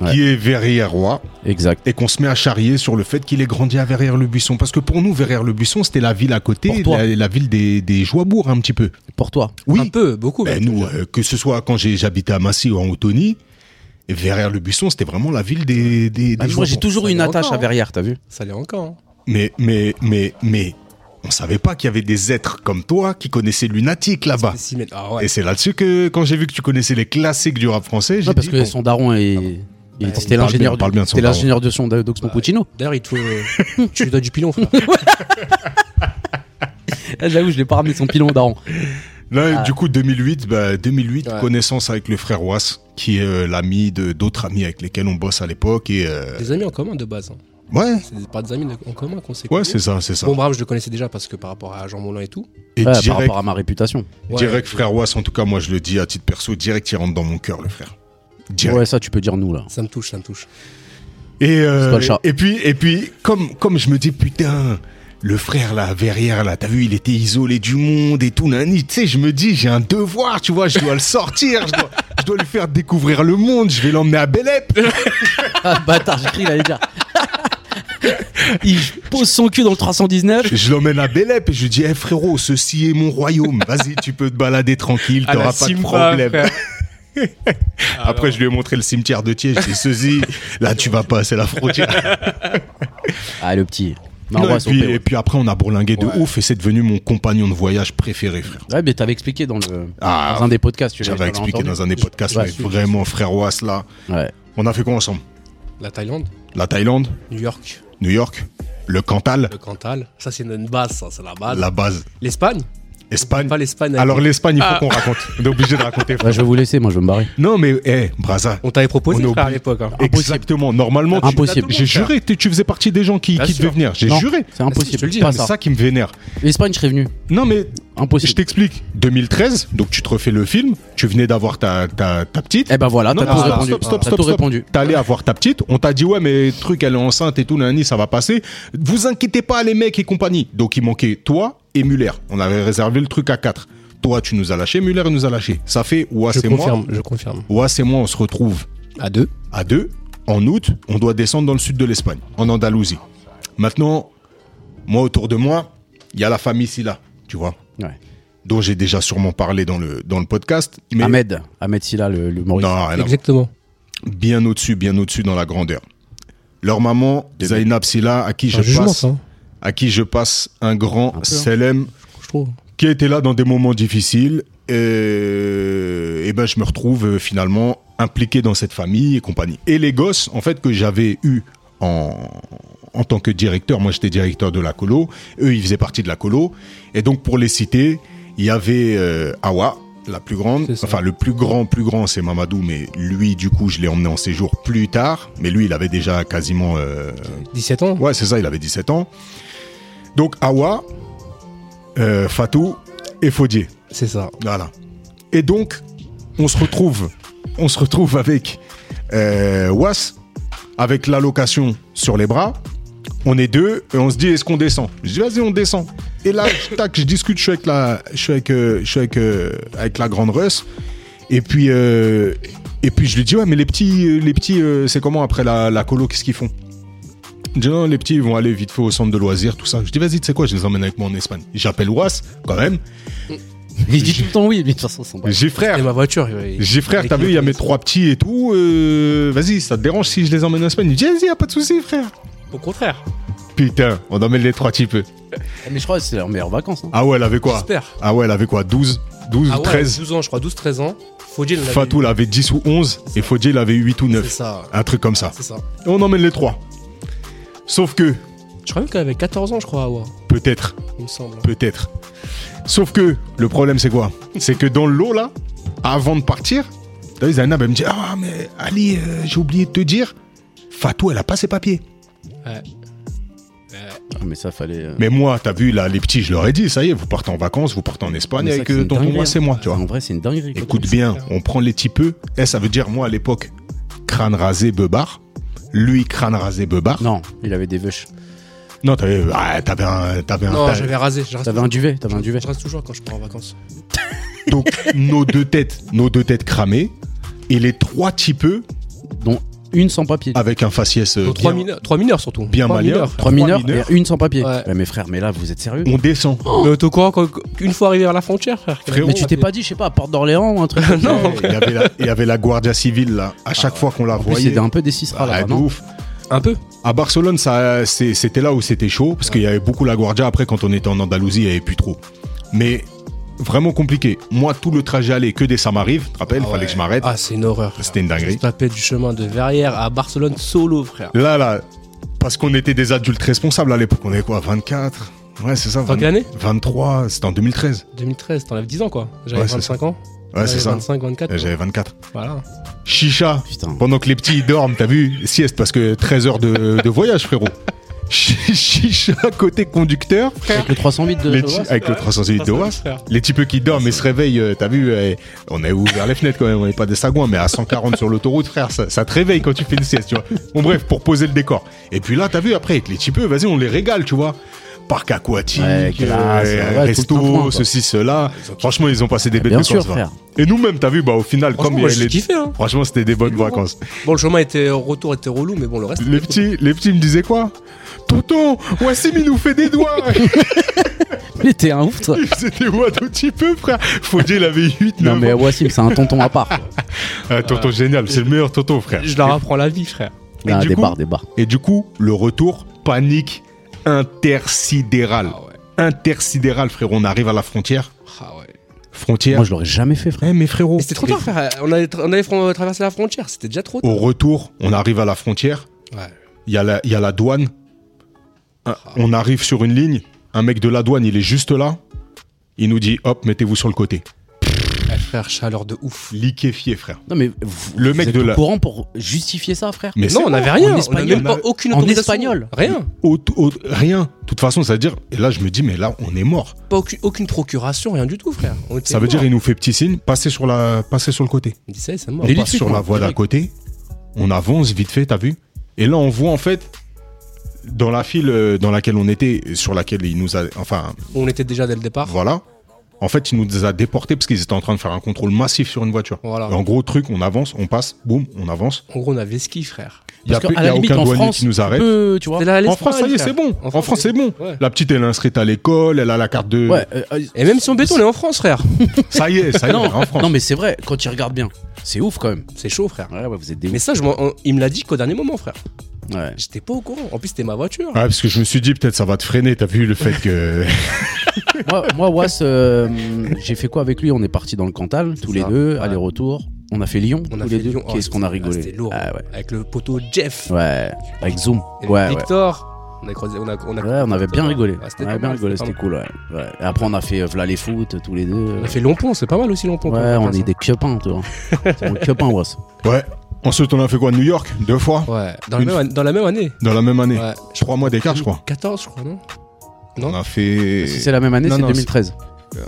Speaker 4: Ouais.
Speaker 2: qui est Verrières-Roi,
Speaker 3: Exact.
Speaker 2: et qu'on se met à charrier sur le fait qu'il ait grandi à Verrières-le-Buisson. Parce que pour nous, Verrières-le-Buisson, c'était la ville à
Speaker 3: Pour
Speaker 2: côté,
Speaker 3: toi.
Speaker 2: la, la ville des, des Joibourg, un petit peu.
Speaker 3: Pour toi.
Speaker 2: Oui.
Speaker 4: Un peu, beaucoup.
Speaker 2: Ben,
Speaker 4: même.
Speaker 2: nous, euh, que ce soit quand j'ai- j'habitais à Massy ou en Autonie, Verrières-le-Buisson, c'était vraiment la ville des, des,
Speaker 3: Bah,
Speaker 2: des
Speaker 3: moi, j'ai
Speaker 2: Joibourg.
Speaker 3: toujours eu
Speaker 4: ça
Speaker 3: une
Speaker 4: dure
Speaker 3: attache
Speaker 4: encore,
Speaker 3: à
Speaker 4: hein.
Speaker 3: Verrières. T'as vu
Speaker 4: Ça l'est encore. hein.
Speaker 2: Mais, mais, mais, mais, on savait pas qu'il y avait des êtres comme toi qui connaissaient Lunatic là-bas.
Speaker 4: Les six mètres. Ah ouais.
Speaker 2: Et c'est là-dessus que, quand j'ai vu que tu connaissais les classiques du rap français, j'ai
Speaker 3: Non, parce
Speaker 2: dit,
Speaker 3: que
Speaker 2: bon,
Speaker 3: son daron est. il-
Speaker 4: Ouais,
Speaker 2: on
Speaker 3: C'était
Speaker 2: parle bien,
Speaker 3: l'ingénieur
Speaker 2: on parle bien
Speaker 3: du-
Speaker 2: de son
Speaker 3: c'était
Speaker 2: daron.
Speaker 3: l'ingénieur de son d'Oxmo Puccino.
Speaker 4: D'ailleurs, il te. euh, tu lui donnes du pilon, frère.
Speaker 3: Ah, J'avoue, je l'ai pas ramené son pilon daron. Ah.
Speaker 2: Là, du coup, 2008, bah, 2008
Speaker 4: Ouais.
Speaker 2: connaissance avec le frère Was, qui est euh, l'ami de d'autres amis avec lesquels on bosse à l'époque. Et euh,
Speaker 4: Des amis en commun de base. hein.
Speaker 2: ouais,
Speaker 4: C'est des- pas des amis de- en commun qu'on s'est
Speaker 2: ouais,
Speaker 4: connus.
Speaker 2: c'est ça, c'est ça.
Speaker 4: Bon, bravo, je le connaissais déjà parce que par rapport à Jean Moulin et tout.
Speaker 2: et
Speaker 3: Ouais, bah, par
Speaker 2: direct,
Speaker 3: rapport à ma réputation.
Speaker 4: Ouais,
Speaker 2: direct frère Was, en tout cas, moi, je le dis à titre perso, direct, il rentre dans mon cœur, le frère. Direct.
Speaker 3: Ouais, ça, tu peux dire nous là.
Speaker 4: Ça me touche, ça me touche.
Speaker 2: Et, euh,
Speaker 3: C'est pas le chat.
Speaker 2: et puis, et puis, comme, comme je me dis, putain, le frère là, Verrières là, t'as vu, il était isolé du monde et tout, nani. Tu sais, je me dis, j'ai un devoir, tu vois, je dois le sortir, je dois, je dois lui faire découvrir le monde, je vais l'emmener à Belep.
Speaker 3: Ah, bâtard, j'ai cru qu'il allait dire. il pose son cul dans le 319.
Speaker 2: Je l'emmène à Belep et je lui dis, Eh, frérot, ceci est mon royaume. Vas-y, tu peux te balader tranquille, t'auras pas de problème. Après, je lui ai montré le cimetière de Thiers. Je dis, ceci, là, tu vas pas, c'est la frontière.
Speaker 3: Ah, le petit. Non,
Speaker 2: Non,
Speaker 3: ouais,
Speaker 2: et,
Speaker 3: son
Speaker 2: puis,
Speaker 3: père, ouais.
Speaker 2: et puis après, on a bourlingué de
Speaker 4: Ouais.
Speaker 2: ouf et c'est devenu mon compagnon de voyage préféré, frère.
Speaker 3: Ouais, mais t'avais expliqué dans, le...
Speaker 2: Ah,
Speaker 3: dans un des podcasts. Tu l'as-
Speaker 2: J'avais
Speaker 3: t'avais
Speaker 2: expliqué
Speaker 3: entendu.
Speaker 2: dans un des podcasts,
Speaker 3: Ouais,
Speaker 2: mais
Speaker 4: je suis-
Speaker 2: vraiment, frère Ouas, là.
Speaker 3: Ouais.
Speaker 2: On a fait quoi ensemble
Speaker 4: La Thaïlande,
Speaker 2: La Thaïlande,
Speaker 4: New York,
Speaker 2: New York, le Cantal,
Speaker 4: le Cantal. Ça, c'est une base, ça, c'est la base.
Speaker 2: la base,
Speaker 4: L'Espagne
Speaker 2: Espagne.
Speaker 4: Pas l'Espagne.
Speaker 2: Alors,
Speaker 4: avec-
Speaker 2: l'Espagne, il
Speaker 3: Ah.
Speaker 2: faut qu'on raconte. On est obligé de raconter. frère.
Speaker 3: Ouais, je vais vous laisser, moi je vais me barrer.
Speaker 2: Non, mais, hé, Braza,
Speaker 4: On t'avait proposé,
Speaker 2: On est
Speaker 4: frère, à
Speaker 2: obligé.
Speaker 4: l'époque. hein.
Speaker 3: Impossible.
Speaker 2: Exactement. Normalement,
Speaker 4: Ah,
Speaker 2: tu-
Speaker 3: Impossible.
Speaker 2: J'ai juré que tu faisais partie des gens qui,
Speaker 4: Bien
Speaker 2: qui
Speaker 4: sûr.
Speaker 2: devaient venir. J'ai
Speaker 3: Non,
Speaker 2: juré.
Speaker 3: C'est
Speaker 4: Ah, si, je te
Speaker 3: impossible.
Speaker 4: le dis,
Speaker 3: pas
Speaker 2: C'est
Speaker 3: ça.
Speaker 2: ça qui me vénère.
Speaker 3: L'Espagne, je serais venu.
Speaker 2: Non, mais je
Speaker 3: Impossible.
Speaker 2: t'explique. 2013, donc tu te refais le film. Tu venais d'avoir ta, ta, ta petite.
Speaker 3: Eh ben voilà,
Speaker 2: Non,
Speaker 3: t'as
Speaker 2: non,
Speaker 3: tout
Speaker 2: stop,
Speaker 3: répondu.
Speaker 2: stop, stop,
Speaker 3: T'as
Speaker 2: stop,
Speaker 3: tout
Speaker 2: stop.
Speaker 3: répondu.
Speaker 2: T'es allé avoir ta petite, on t'a dit ouais mais truc elle est enceinte et tout, nanani, ça va passer. Vous inquiétez pas les mecs et compagnie. Donc il manquait toi et Muller. On avait réservé le truc à 4. Toi tu nous as lâché, Muller nous a lâché. Ça fait ouais
Speaker 4: Je
Speaker 2: c'est moi.
Speaker 4: confirme, je confirme.
Speaker 2: Ouais c'est moi, on se retrouve
Speaker 4: À deux.
Speaker 2: à deux. En août, on doit descendre dans le sud de l'Espagne, en Andalousie. Maintenant, moi autour de moi, il y a la famille Silla, tu vois,
Speaker 3: Ouais.
Speaker 2: dont j'ai déjà sûrement parlé dans le, dans le podcast. Mais
Speaker 3: Ahmed, Ahmed Silla, le, le Maurice.
Speaker 2: non, elle a-
Speaker 4: Exactement.
Speaker 2: bien au-dessus, bien au-dessus dans la grandeur. Leur maman, Zainab Silla, à qui
Speaker 4: Un
Speaker 2: je
Speaker 4: jugement,
Speaker 2: passe,
Speaker 4: ça, hein,
Speaker 2: à qui je passe un grand
Speaker 3: peu, hein.
Speaker 2: selem,
Speaker 4: je trouve.
Speaker 2: qui était là dans des moments difficiles. euh, Et, ben, je me retrouve euh, finalement impliqué dans cette famille et compagnie. Et les gosses, en fait, que j'avais eu en en tant que directeur, moi j'étais directeur de la colo, eux ils faisaient partie de la colo, et donc pour les citer, il y avait euh, Awa, la plus grande.
Speaker 4: C'est ça.
Speaker 2: Enfin, le plus grand, plus grand, c'est Mamadou, mais lui, du coup, je l'ai emmené en séjour plus tard. Mais lui, il avait déjà quasiment. euh,
Speaker 4: 17 ans
Speaker 2: Ouais, c'est ça, il avait 17 ans. Donc, Awa, euh, Fatou et Fodier.
Speaker 4: C'est ça.
Speaker 2: Voilà. Et donc, on se retrouve, on se retrouve avec euh, Was, avec l'allocation sur les bras. On est deux et on se dit est-ce qu'on descend Je dis vas-y on descend. Et là, tac, je discute, je suis avec la, je suis avec, euh, je suis avec, euh, avec la grande Russ. Et puis, euh, et puis je lui dis ouais mais les petits, euh, les petits, euh, c'est comment après la, la colo qu'est-ce qu'ils font Il dit non les petits ils vont aller vite fait au centre de loisirs tout ça. Je dis vas-y tu sais quoi je les emmène avec moi en Espagne. J'appelle Was quand même.
Speaker 3: Il dit tout le temps oui, mais de toute façon, on s'en bat.
Speaker 2: J'ai frère.
Speaker 4: Et ma voiture. ouais.
Speaker 2: J'ai frère,
Speaker 4: Avec
Speaker 2: t'as vu,
Speaker 4: les-
Speaker 2: il y a mes trois petits et tout. euh, Vas-y, ça te dérange si je les emmène en Espagne Il dit, vas-y, y a pas de souci, frère.
Speaker 4: Au contraire.
Speaker 2: Putain, on emmène les trois types.
Speaker 3: Eh, Mais je crois que c'est leurs meilleures vacances. hein.
Speaker 2: Ah ouais, elle avait quoi
Speaker 4: J'espère.
Speaker 2: Ah ouais, elle avait quoi 12 12
Speaker 4: Ah ouais,
Speaker 2: 13
Speaker 4: 12 ans, je crois, 12-13 ans. Fodil l'avait
Speaker 2: Fatou, elle avait 10 ou 11. Et Fodje, il avait 8 ou
Speaker 4: C'est
Speaker 2: 9.
Speaker 4: ça.
Speaker 2: Un truc comme ça.
Speaker 4: C'est ça.
Speaker 2: Et on emmène les trois. Sauf que,
Speaker 4: Je crois même qu'elle avait 14 ans, je crois, Awa,
Speaker 2: peut-être,
Speaker 4: il me semble.
Speaker 2: peut-être. Sauf que, le problème, c'est quoi C'est que dans l'eau, là, avant de partir, t'as vu, Zainab, elle me dit, ah, mais Ali, euh, j'ai oublié de te dire, Fatou, elle a pas ses papiers.
Speaker 4: Ouais.
Speaker 3: Ah, Mais ça fallait. euh,
Speaker 2: Mais moi, t'as vu, là, les petits, je leur ai dit, ça y est, vous partez en vacances, vous partez en Espagne
Speaker 3: Mais ça,
Speaker 2: avec
Speaker 3: c'est
Speaker 2: euh,
Speaker 3: une
Speaker 2: tonton,
Speaker 3: dinguerie,
Speaker 2: moi,
Speaker 3: hein.
Speaker 2: c'est moi, tu vois.
Speaker 3: En vrai, c'est une dinguerie. quoi.
Speaker 2: Écoute bien, on prend les petits peu. Eh, ça veut dire, moi, à l'époque, crâne rasé, beubard. Lui, crâne rasé, beubard.
Speaker 3: Non, il avait des vaches.
Speaker 2: Non, t'avais, ah, t'avais un, t'avais un-
Speaker 4: Non,
Speaker 2: t'avais-
Speaker 4: j'avais rasé. Je reste,
Speaker 3: T'avais un duvet, t'avais un duvet.
Speaker 4: je reste toujours quand je pars en vacances.
Speaker 2: donc, nos deux têtes, nos deux têtes cramées. Et les trois petits peu
Speaker 3: Dont une sans papier.
Speaker 2: avec un faciès euh,
Speaker 4: Nos trois,
Speaker 2: bien,
Speaker 4: mineurs, trois mineurs surtout.
Speaker 2: bien
Speaker 4: Trois
Speaker 2: malien.
Speaker 4: mineurs.
Speaker 3: Trois mineurs et une sans papier.
Speaker 4: Ouais.
Speaker 3: Ouais, mais frère, mais là, vous êtes sérieux
Speaker 2: On descend.
Speaker 4: Mais t'es au courant quand- qu'une fois arrivé à la frontière, frère qu'elle
Speaker 2: Frérot,
Speaker 4: avait
Speaker 3: Mais tu t'es pas dit, je sais pas, à Porte d'Orléans ou un truc comme ça
Speaker 4: Non.
Speaker 2: Il y, avait la, il y avait la Guardia Civile, là. À chaque fois qu'on la
Speaker 3: Ah. En plus,
Speaker 2: voyait.
Speaker 3: c'est un peu des ciseras
Speaker 2: Ah,
Speaker 3: là,
Speaker 2: de
Speaker 3: non
Speaker 2: ouf.
Speaker 4: Un peu.
Speaker 2: À Barcelone, ça, c'est- c'était là où c'était chaud, parce qu'il y avait beaucoup la Guardia. Après, quand on était en Andalousie, il n'y avait plus trop. Mais vraiment compliqué. Moi, tout le trajet allait que des ça m'arrive. Tu te rappelles,
Speaker 4: Ah
Speaker 2: fallait
Speaker 4: ouais.
Speaker 2: que je m'arrête.
Speaker 4: Ah, c'est une horreur. frère.
Speaker 2: C'était une dinguerie.
Speaker 4: Je tapais du chemin de Verrières à Barcelone solo, frère.
Speaker 2: Là, là, parce qu'on était des adultes responsables à l'époque. On avait quoi 24 Ouais, c'est ça.
Speaker 4: T'as
Speaker 2: 20
Speaker 4: quelle année
Speaker 2: 23, c'était en 2013.
Speaker 4: 2013, t'enlèves 10 ans, quoi. J'avais
Speaker 2: Ouais, c'est
Speaker 4: 25 ans.
Speaker 2: Ouais, c'est ça.
Speaker 4: 25, 24.
Speaker 2: Euh, J'avais 24.
Speaker 4: Voilà.
Speaker 2: Chicha,
Speaker 3: Putain.
Speaker 2: pendant que les petits ils dorment, t'as vu Sieste, parce que 13 heures de, de voyage, frérot. Chi- Chicha, côté conducteur,
Speaker 3: Avec le 308 de
Speaker 2: Les
Speaker 3: de
Speaker 2: ti-
Speaker 3: Ross
Speaker 2: avec le 308 de
Speaker 4: Ça, ça
Speaker 2: Ross.
Speaker 4: va faire.
Speaker 2: Les types qui dorment et se réveillent, euh, t'as vu, euh, on avait ouvert les fenêtres quand même, on n'est pas des sagouins, mais à 140 sur l'autoroute, frère, ça, ça te réveille quand tu fais une sieste, tu vois. Bon, bref, pour poser le décor. Et puis là, t'as vu, après, avec les types, vas-y, on les régale, tu vois. Parc aquatique,
Speaker 3: Ouais, classe,
Speaker 2: euh,
Speaker 3: ouais, tout le
Speaker 2: resto,
Speaker 3: tintouin, quoi.
Speaker 2: ceci, cela. Franchement, ils ont passé des belles
Speaker 3: Bien
Speaker 2: vacances.
Speaker 3: sûr,
Speaker 2: va.
Speaker 3: frère.
Speaker 2: Et nous-mêmes, t'as vu, bah, au final, comme
Speaker 4: Franchement,
Speaker 2: il y
Speaker 4: moi,
Speaker 2: avait
Speaker 4: j'ai
Speaker 2: les-
Speaker 4: kiffé, hein.
Speaker 2: Franchement, c'était des bonnes vacances.
Speaker 4: Bon, le chemin était, au retour était relou, mais bon, le reste.
Speaker 2: Les petits, les petits me disaient quoi Tonton, Wassim, il nous fait des doigts
Speaker 3: Mais t'es un ouf, toi.
Speaker 2: C'était moi tout petit peu, frère. Faut dire, il avait 8, 9
Speaker 3: Non, mais Wassim, c'est un tonton à part. quoi.
Speaker 2: Ah, tonton génial, c'est le meilleur tonton, frère.
Speaker 4: Je leur apprends la vie, frère.
Speaker 2: Et
Speaker 3: Ah,
Speaker 2: du
Speaker 3: des
Speaker 2: coup-
Speaker 3: barres, des barres.
Speaker 2: Et du coup, le retour, panique intersidérale.
Speaker 4: Ah ouais.
Speaker 2: Intersidérale, frérot. On arrive à la frontière.
Speaker 4: Ah ouais.
Speaker 2: Frontière.
Speaker 3: Moi, je l'aurais jamais fait, frère.
Speaker 2: Eh, mais frérot.
Speaker 4: Mais c'était trop tard, frère. On avait, tra- on avait fron- traversé la frontière. C'était déjà trop tard.
Speaker 2: Au retour, on arrive à la frontière.
Speaker 4: Ouais.
Speaker 2: Il y, a la- il y a la douane.
Speaker 3: Ah.
Speaker 2: Un- On arrive sur une ligne. Un mec de la douane, il est juste là. Il nous dit hop, mettez-vous sur le côté.
Speaker 4: Eh, frère, chaleur de ouf.
Speaker 2: Liquéfié, frère.
Speaker 3: Non, mais vous,
Speaker 2: Le
Speaker 3: vous
Speaker 2: mec
Speaker 3: êtes
Speaker 2: de
Speaker 3: au
Speaker 2: la-
Speaker 3: courant pour justifier ça, frère.
Speaker 2: Mais
Speaker 4: non,
Speaker 2: c'est
Speaker 4: on
Speaker 2: bon.
Speaker 4: n'avait rien.
Speaker 3: en
Speaker 4: On
Speaker 3: espagnol.
Speaker 4: n'avait
Speaker 2: On
Speaker 4: même pas
Speaker 2: avait-
Speaker 4: aucune
Speaker 3: en
Speaker 4: autorisation.
Speaker 3: espagnol.
Speaker 4: Rien.
Speaker 2: Au- au- rien. De toute façon, ça veut dire. Et là, je me dis, mais là, on est mort.
Speaker 4: Pas aucune, aucune procuration, rien du tout, frère. On était
Speaker 2: Ça veut
Speaker 4: morts.
Speaker 2: dire il nous fait petit signe, passez sur, la, passez sur le côté.
Speaker 4: On disait, c'est mort.
Speaker 2: On passe sur la voie d'à côté, on avance vite fait, t'as vu Et là, on voit en fait, dans la file euh, dans laquelle on était, et sur laquelle il nous a... Enfin,
Speaker 4: On était déjà dès le départ.
Speaker 2: voilà. En fait, il nous a déportés parce qu'ils étaient en train de faire un contrôle massif sur une voiture.
Speaker 4: Voilà.
Speaker 2: Et en gros, truc, on avance, on passe, boum, on avance.
Speaker 4: En gros, on avait ski, frère.
Speaker 2: Il y a,
Speaker 3: Parce
Speaker 2: peu-
Speaker 3: qu'à
Speaker 2: il y a
Speaker 3: la limite,
Speaker 2: aucun
Speaker 3: en
Speaker 2: douanier
Speaker 3: France,
Speaker 2: qui nous arrête.
Speaker 3: tu peux, tu vois.
Speaker 4: C'est là,
Speaker 2: En
Speaker 4: l'Espagne,
Speaker 2: France, ça y est,
Speaker 4: frère.
Speaker 2: c'est bon. En France, c'est bon.
Speaker 4: Ouais.
Speaker 2: La petite, elle est inscrite à l'école, elle a la carte de...
Speaker 3: Ouais, euh, euh,
Speaker 4: Et même si on béton, on est en France, frère.
Speaker 2: Ça y est, ça y est,
Speaker 3: non,
Speaker 2: en France.
Speaker 3: non, Ah mais c'est vrai, quand tu regardes bien, c'est ouf quand même.
Speaker 4: C'est chaud, frère.
Speaker 3: Ouais, ouais, vous êtes des
Speaker 4: Mais ça, je m'en- on- il me l'a dit qu'au dernier moment, frère.
Speaker 3: ouf. Ouais.
Speaker 4: J'étais pas au courant. En plus, c'était ma voiture.
Speaker 2: Ouais, parce que je me suis dit, peut-être ça va te freiner, t'as vu le fait que...
Speaker 3: moi, moi, Was, euh, j'ai fait quoi avec lui On est parti dans le Cantal, tous les
Speaker 4: ça,
Speaker 3: deux,
Speaker 4: ouais.
Speaker 3: aller-retour. On a fait Lyon,
Speaker 4: On
Speaker 3: tous
Speaker 4: a
Speaker 3: les
Speaker 4: fait
Speaker 3: deux.
Speaker 4: Lyon. Oh,
Speaker 3: Qu'est-ce qu'on a
Speaker 4: c'était- ah,
Speaker 3: rigolé
Speaker 4: C'était lourd.
Speaker 3: Ah, ouais.
Speaker 4: Avec le poteau Jeff.
Speaker 3: ouais, avec Zoom.
Speaker 4: Et
Speaker 3: Ouais, ouais.
Speaker 4: Victor. On a creusé, on a, on a-
Speaker 3: Ouais, on avait bien rigolé.
Speaker 4: Ouais, c'était
Speaker 3: on
Speaker 4: pas
Speaker 3: avait bien
Speaker 4: mal,
Speaker 3: rigolé,
Speaker 4: pas
Speaker 3: c'était
Speaker 4: mal.
Speaker 3: cool, ouais. ouais. Et après, on a fait euh, V'là les foot, tous les deux.
Speaker 4: On a fait Lompon, c'est pas mal aussi Lompon.
Speaker 3: Ouais, on est des copains, tu vois. hein. C'est mon copain, Wass.
Speaker 2: Ouais. Ensuite, on a fait quoi New York Deux fois
Speaker 4: Ouais, dans la
Speaker 2: Une
Speaker 4: même an- dans la même année.
Speaker 2: Dans la même année.
Speaker 4: Ouais.
Speaker 2: Trois mois d'écart, je crois.
Speaker 4: 14, je crois, non Non.
Speaker 2: On a fait.
Speaker 3: Si c'est la même année,
Speaker 2: Non,
Speaker 3: c'est
Speaker 2: non,
Speaker 3: 2013.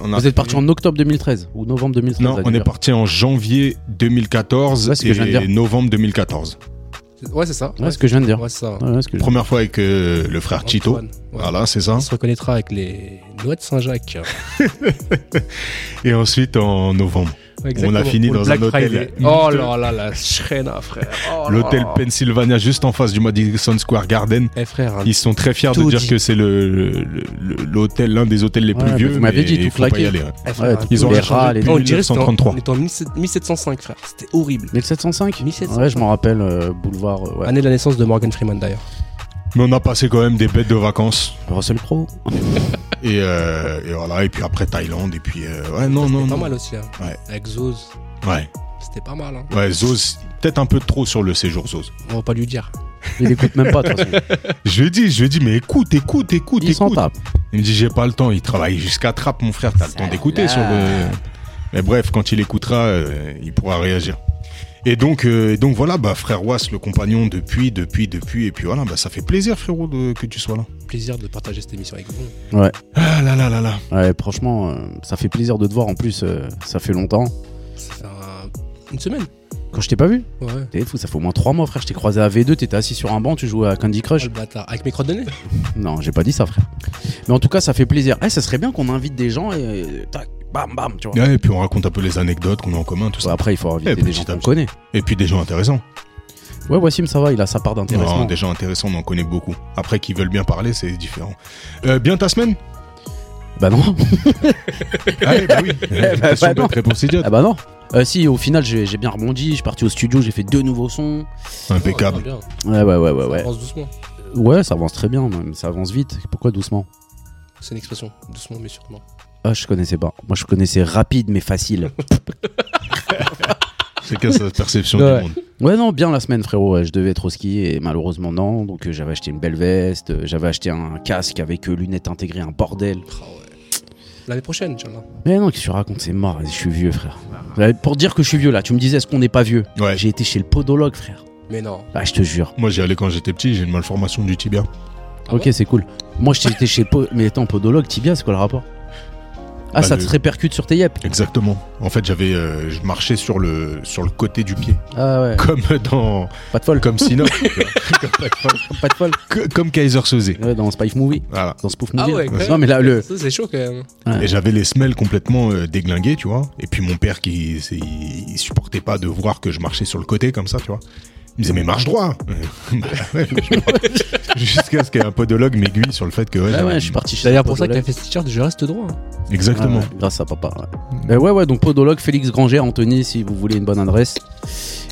Speaker 2: on a-
Speaker 3: Vous êtes parti en octobre 2013 ou novembre 2013
Speaker 2: Non,
Speaker 3: à
Speaker 2: on est
Speaker 3: New York.
Speaker 2: parti en janvier 2014
Speaker 3: Ouais, c'est ce que je viens de
Speaker 2: et novembre 2014.
Speaker 4: Ouais, c'est ça.
Speaker 3: Ouais, ce que je viens de dire.
Speaker 4: Ouais, c'est ça.
Speaker 3: Ouais, ouais, ce que je-
Speaker 2: Première fois avec euh, le frère Tito.
Speaker 4: Antoine, ouais.
Speaker 2: Voilà, c'est ça.
Speaker 4: On se reconnaîtra avec les doigts de Saint-Jacques.
Speaker 2: Et ensuite, en novembre,
Speaker 4: Exactement,
Speaker 2: a fini
Speaker 4: pour le
Speaker 2: dans
Speaker 4: Black
Speaker 2: un hôtel
Speaker 4: Friday.
Speaker 2: miteux.
Speaker 4: Oh là là, la Shrena, frère. Oh là
Speaker 2: l'hôtel
Speaker 4: là.
Speaker 2: Pennsylvania, juste en face du Madison Square Garden.
Speaker 4: Eh frère, hein,
Speaker 2: Ils sont très fiers de
Speaker 4: Tout
Speaker 2: dire
Speaker 4: dit.
Speaker 2: que c'est le- le- le- l'hôtel, l'un des hôtels les plus
Speaker 3: Ouais, mais
Speaker 2: vieux.
Speaker 3: vous m'avez
Speaker 2: mais
Speaker 3: dit, tout
Speaker 2: il faut pas
Speaker 3: claqué.
Speaker 2: y aller, ouais.
Speaker 4: eh, frère,
Speaker 3: Ouais,
Speaker 4: hein,
Speaker 2: Ils
Speaker 3: Ils
Speaker 2: ont
Speaker 3: ont
Speaker 4: les
Speaker 3: les
Speaker 2: rien changé
Speaker 3: rats, les
Speaker 2: depuis
Speaker 4: Oh, on dirait que c'était en-
Speaker 2: 1933.
Speaker 4: On était en 17- 1705, frère. C'était horrible.
Speaker 3: 1705
Speaker 4: 1705.
Speaker 3: Ouais, je m'en rappelle, euh, boulevard. euh, ouais.
Speaker 4: Année de la naissance de Morgan Freeman d'ailleurs.
Speaker 2: Mais on a passé quand même des bêtes de vacances.
Speaker 3: Russell Crowe.
Speaker 2: Et, euh, et voilà, et puis après Thaïlande, et puis euh, ouais, non, non,
Speaker 4: C'était
Speaker 2: non.
Speaker 4: pas mal aussi. Hein.
Speaker 2: Ouais.
Speaker 4: Avec Zoz,
Speaker 2: Ouais,
Speaker 4: c'était pas mal. Hein.
Speaker 2: ouais, Zoz, peut-être un peu trop sur le séjour Zoz.
Speaker 4: On va pas lui dire.
Speaker 3: Il écoute même pas, de toute façon.
Speaker 2: Je lui ai dit, je lui ai dit, mais écoute, écoute, écoute,
Speaker 3: Il s'en
Speaker 2: écoute.
Speaker 3: tape.
Speaker 2: Il me dit, j'ai pas le temps, il travaille jusqu'à Trappe, mon frère, t'as le temps
Speaker 3: Ça
Speaker 2: d'écouter
Speaker 3: là.
Speaker 2: sur le. Mais bref, quand il écoutera, euh, il pourra réagir. Et donc, euh, et donc voilà, bah, frère Was, le compagnon depuis, depuis, depuis, et puis voilà, bah, ça fait plaisir, frérot, de- que tu sois là.
Speaker 4: Plaisir de partager cette émission avec vous.
Speaker 3: Ouais.
Speaker 2: Ah là là là là.
Speaker 3: Ouais, franchement, euh, ça fait plaisir de te voir. En plus, euh, ça fait longtemps.
Speaker 4: Ça fait un- une semaine.
Speaker 3: Quand je t'ai pas vu,
Speaker 4: Ouais. Oh,
Speaker 3: t'es fou, ça fait au moins 3 mois, frère. Je t'ai croisé à V2, t'étais assis sur un banc, tu jouais à Candy Crush.
Speaker 4: Oh, le bâtard. Avec mes coordonnées
Speaker 3: Non, j'ai pas dit ça, frère. Mais en tout cas, ça fait plaisir. Eh, ça serait bien qu'on invite des gens et. euh, Tac, bam, bam, tu vois.
Speaker 2: Ouais, et puis on raconte un peu les anecdotes qu'on a en commun, tout ça.
Speaker 3: Ouais, Après, il faut inviter
Speaker 2: Eh,
Speaker 3: des
Speaker 2: petit
Speaker 3: gens
Speaker 2: à
Speaker 3: qu'on
Speaker 2: petit.
Speaker 3: connaît.
Speaker 2: Et puis des gens intéressants.
Speaker 3: Ouais, Wassim, ça va, il a sa part
Speaker 2: Non,
Speaker 3: d'intéressement.
Speaker 2: des gens intéressants, on en connaît beaucoup. Après, qui veulent bien parler, c'est différent. Euh, bien ta semaine
Speaker 3: Bah non.
Speaker 2: Ah oui, bah oui.
Speaker 3: Eh bah,
Speaker 2: Question
Speaker 3: bah non.
Speaker 2: bête, réponse idiote.
Speaker 3: Ah bah non. Euh, si, au final, j'ai j'ai bien rebondi. Je suis parti au studio, j'ai fait deux nouveaux sons.
Speaker 2: Ah. Impeccable.
Speaker 4: Oh,
Speaker 3: Ouais, ouais, ouais, ouais.
Speaker 4: ça
Speaker 3: Ouais,
Speaker 4: avance doucement.
Speaker 3: ouais ça avance très bien, même. Ça avance vite. Pourquoi doucement
Speaker 4: C'est une expression. Doucement mais sûrement.
Speaker 3: Ah, je connaissais pas. Moi, je connaissais rapide mais facile.
Speaker 2: C'est qu'à sa perception
Speaker 4: Ouais.
Speaker 2: du monde.
Speaker 3: Ouais, non, bien la semaine, frérot. Ouais, Je devais être au ski et malheureusement, non. Donc, euh, j'avais acheté une belle veste. euh, J'avais acheté un casque avec euh, lunettes intégrées, un bordel.
Speaker 4: Ah ouais. L'année prochaine, Inch'Allah.
Speaker 3: Mais non, qu'est-ce que tu racontes C'est mort. Je suis vieux, frère. Ouais, Pour dire que je suis vieux, là, tu me disais, est-ce qu'on n'est pas vieux
Speaker 2: Ouais, j'ai-
Speaker 3: J'ai été chez le podologue, frère.
Speaker 4: Mais non.
Speaker 3: Ah, je te jure.
Speaker 2: moi j'y allais quand j'étais petit, j'ai une malformation du tibia.
Speaker 4: Ah
Speaker 3: ok,
Speaker 4: ouais
Speaker 3: c'est cool. Moi, j'étais chez. po- Mais attends, podologue, tibia, c'est quoi le rapport Ah,
Speaker 2: Bah,
Speaker 3: ça
Speaker 2: le-
Speaker 3: te répercute sur tes yep.
Speaker 2: Exactement. En fait, j'avais, euh, je marchais sur le sur le côté du pied,
Speaker 3: Ah ouais.
Speaker 2: comme dans
Speaker 3: Pas de folle,
Speaker 2: comme Sinop, tu vois. comme, Black Flag.
Speaker 3: pas de folle.
Speaker 2: Que- comme Kaiser Soze.
Speaker 3: Ouais, dans Spike Movie,
Speaker 2: Voilà.
Speaker 3: dans Spoof
Speaker 4: Ah
Speaker 3: Movie.
Speaker 4: ouais,
Speaker 3: là.
Speaker 4: quand même.
Speaker 3: non, mais là, le.
Speaker 4: Ça, c'est chaud quand même.
Speaker 2: Et j'avais les semelles complètement euh, déglinguées, tu vois. Et puis mon père qui c'est- il supportait pas de voir que je marchais sur le côté comme ça, tu vois. Il me disait mais marche droit. Euh, bah, ouais, je- Jusqu'à ce qu'un podologue m'aiguille sur le fait que ouais,
Speaker 3: Ah Ouais,
Speaker 2: j'avais-
Speaker 3: ouais, je suis parti chez
Speaker 4: C'est d'ailleurs
Speaker 3: le
Speaker 4: pour ça qu'il
Speaker 3: podologue.
Speaker 4: a fait ce t-shirt, je reste droit. hein.
Speaker 2: exactement.
Speaker 3: Ah ouais, grâce à papa. Ouais. Euh, ouais, ouais, donc podologue Félix Granger, Anthony, si vous voulez une bonne adresse.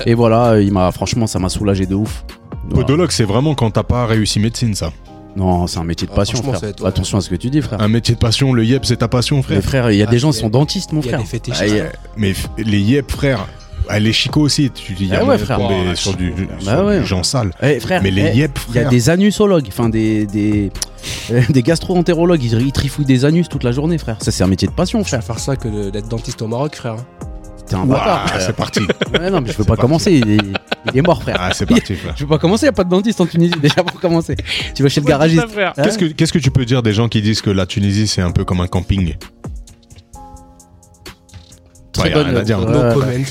Speaker 3: Et voilà, euh, il m'a franchement, ça m'a soulagé de ouf. Voilà.
Speaker 2: Podologue, c'est vraiment quand t'as pas réussi médecine, ça.
Speaker 3: Non, c'est un métier de
Speaker 4: Ah,
Speaker 3: passion,
Speaker 4: franchement,
Speaker 3: frère.
Speaker 4: ça va être- ouais.
Speaker 3: Attention à ce que tu dis, frère.
Speaker 2: Un métier de passion, le yep, c'est ta passion,
Speaker 3: Mais
Speaker 2: frère.
Speaker 3: Ah, frère, il y a
Speaker 4: Ah,
Speaker 3: des gens qui
Speaker 4: il y a-
Speaker 3: sont dentistes, mon
Speaker 4: Il y a
Speaker 3: frère.
Speaker 4: des fétichistes.
Speaker 3: Ah, il y a-
Speaker 4: hein.
Speaker 2: Mais f- les yep, frère, ah, les chicots aussi, tu dis,
Speaker 3: Ah ouais, frère.
Speaker 4: Ouah,
Speaker 2: sur du,
Speaker 3: bah
Speaker 2: sur du
Speaker 3: ouais.
Speaker 2: gens sales.
Speaker 3: Eh, frère,
Speaker 2: Mais les
Speaker 3: eh,
Speaker 2: yep,
Speaker 3: Il y a
Speaker 2: frère.
Speaker 3: des anusologues, enfin des, des, euh, des gastro-entérologues, ils, ils trifouillent des anus toute la journée, frère. Ça, c'est un métier de passion,
Speaker 4: Je vais
Speaker 3: frère.
Speaker 4: faire ça que de- d'être dentiste au Maroc, frère.
Speaker 3: T'es un
Speaker 2: Ouah,
Speaker 3: bâtard. frère.
Speaker 2: c'est parti.
Speaker 3: Ouais, non, mais je peux
Speaker 2: C'est
Speaker 3: pas
Speaker 2: parti.
Speaker 3: commencer, il est, il est mort, frère.
Speaker 2: Ah, c'est parti, frère.
Speaker 3: Je peux pas commencer, y a pas de dentiste en Tunisie, déjà pour commencer. Tu vas chez le garagiste. Hein
Speaker 2: Qu'est-ce que, qu'est-ce que tu peux dire des gens qui disent que la Tunisie, c'est un peu comme un camping
Speaker 3: Très
Speaker 2: Bah, y a
Speaker 3: bonne-
Speaker 2: rien à dire.
Speaker 3: Ouais,
Speaker 4: No
Speaker 3: ouais.
Speaker 4: comment,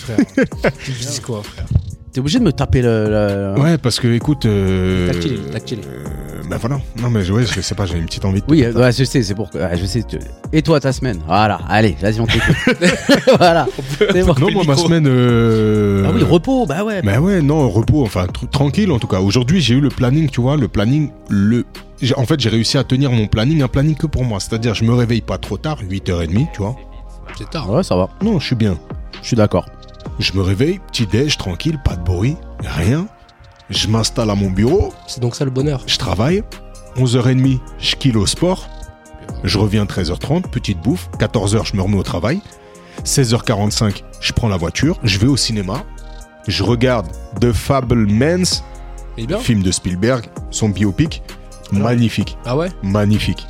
Speaker 4: frère. Tu dis quoi, frère
Speaker 3: T'es obligé de me taper le. le-
Speaker 2: hein. Ouais, parce que, écoute. euh,
Speaker 4: Tactile, tactile.
Speaker 2: euh, bah voilà. Non, mais ouais, je sais pas, j'ai une petite envie de.
Speaker 3: Oui, euh, ouais, je sais, c'est pour. ouais, je sais. tu- Et toi, ta semaine Voilà, allez, vas-y, on t'écoute. voilà. C'est bon.
Speaker 2: Non, moi, ma semaine. euh,
Speaker 3: Ah oui, repos, bah ouais.
Speaker 2: Bah ouais, non, repos, enfin tr- tranquille en tout cas. Aujourd'hui, j'ai eu le planning, tu vois, le planning, le. j'ai- En fait, j'ai réussi à tenir mon planning, un planning que pour moi. C'est-à-dire, je me réveille pas trop tard, 8h30, tu vois.
Speaker 4: C'est tard. hein.
Speaker 3: Ouais, ça va,
Speaker 2: Non, je suis bien.
Speaker 3: je suis d'accord.
Speaker 2: Je me réveille, petit déj, tranquille, pas de bruit, rien. Je m'installe à mon bureau,
Speaker 4: C'est donc ça le bonheur.
Speaker 2: je travaille. 11h30, je kill au sport. Je reviens 13h30, petite bouffe. 14h, je me remets au travail. 16h45, je prends la voiture, je vais au cinéma. Je regarde The Fablemans,
Speaker 4: Il est bien
Speaker 2: film de Spielberg, son biopic.
Speaker 4: Alors
Speaker 2: Magnifique,
Speaker 4: Ah ouais
Speaker 2: magnifique.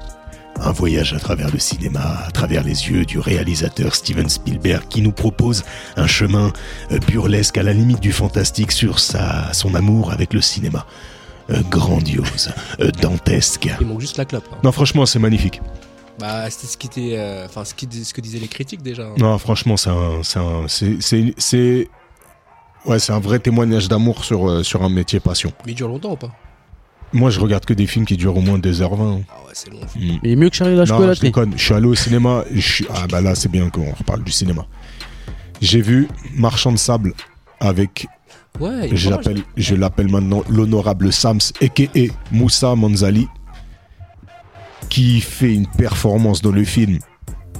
Speaker 2: Un voyage à travers le cinéma, à travers les yeux du réalisateur Steven Spielberg qui nous propose un chemin euh, burlesque à la limite du fantastique sur sa, son amour avec le cinéma. Euh, grandiose, euh, dantesque.
Speaker 4: Il manque juste la clope. hein.
Speaker 2: Non, franchement, c'est magnifique.
Speaker 4: Bah, c'était ce qui était. euh, Enfin, ce, qui dis- ce que disaient les critiques déjà. hein.
Speaker 2: Non, franchement, c'est un, c'est un, c'est, c'est, c'est- ouais, c'est un vrai témoignage d'amour sur, euh, sur un métier passion.
Speaker 4: Mais il dure longtemps ou pas
Speaker 2: Moi, je regarde que des films qui durent au moins 2h20. hein.
Speaker 4: Ah ouais, c'est long.
Speaker 2: Mm.
Speaker 3: Il est mieux que Charlie Lachko à
Speaker 2: Non,
Speaker 3: la
Speaker 2: je
Speaker 3: télé.
Speaker 2: déconne. Je suis allé au cinéma. je suis- Ah bah là, c'est bien qu'on reparle du cinéma. J'ai vu Marchand de sable avec,
Speaker 4: Ouais, il est
Speaker 2: je
Speaker 4: pas mal.
Speaker 2: l'appelle, je l'appelle maintenant l'honorable Sams, a.k.a. Moussa Manzali, qui fait une performance dans le film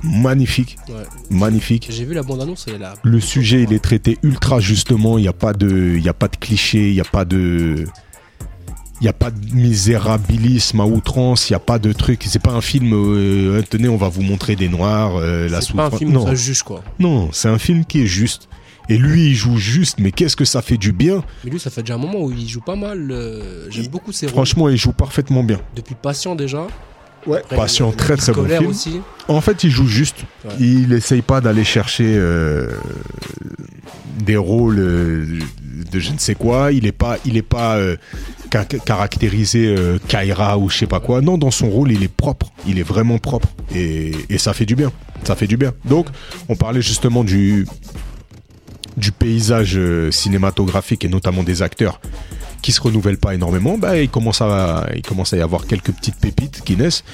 Speaker 2: magnifique,
Speaker 4: Ouais.
Speaker 2: magnifique.
Speaker 4: J'ai vu la bande-annonce, elle est là.
Speaker 2: Le sujet, il est traité ultra justement. Il n'y a pas de, il y a pas de cliché, il n'y a pas de, il y a pas de misérabilisme à outrance. Il n'y a pas de truc. C'est pas un film. euh, tenez, on va vous montrer des noirs, euh, la
Speaker 4: C'est pas un
Speaker 2: souffrance.
Speaker 4: film où
Speaker 2: Non,
Speaker 4: ça juge quoi.
Speaker 2: non, c'est un film qui est juste. Et lui, il joue juste. Mais qu'est-ce que ça fait du bien
Speaker 4: Mais lui, ça fait déjà un moment où il joue pas mal. euh, J'aime
Speaker 2: Il-
Speaker 4: beaucoup ses rôles.
Speaker 2: Franchement, il joue parfaitement bien.
Speaker 4: Depuis Patient déjà.
Speaker 2: Ouais,
Speaker 4: Après,
Speaker 2: patient,
Speaker 4: il y a
Speaker 2: très très bon
Speaker 4: Colère
Speaker 2: film.
Speaker 4: aussi.
Speaker 2: En fait, il joue juste.
Speaker 4: Ouais.
Speaker 2: Il essaye pas d'aller chercher euh, des rôles euh, de je ne sais quoi. Il est pas, il est pas euh, ca- caractérisé euh, Kaira ou je sais pas quoi. Non, dans son rôle, il est propre. Il est vraiment propre et, et ça fait du bien. Ça fait du bien. Donc, on parlait justement du du paysage euh, cinématographique et notamment des acteurs qui se renouvellent pas énormément, bah, il, commence à, il commence à y avoir quelques petites pépites qui naissent.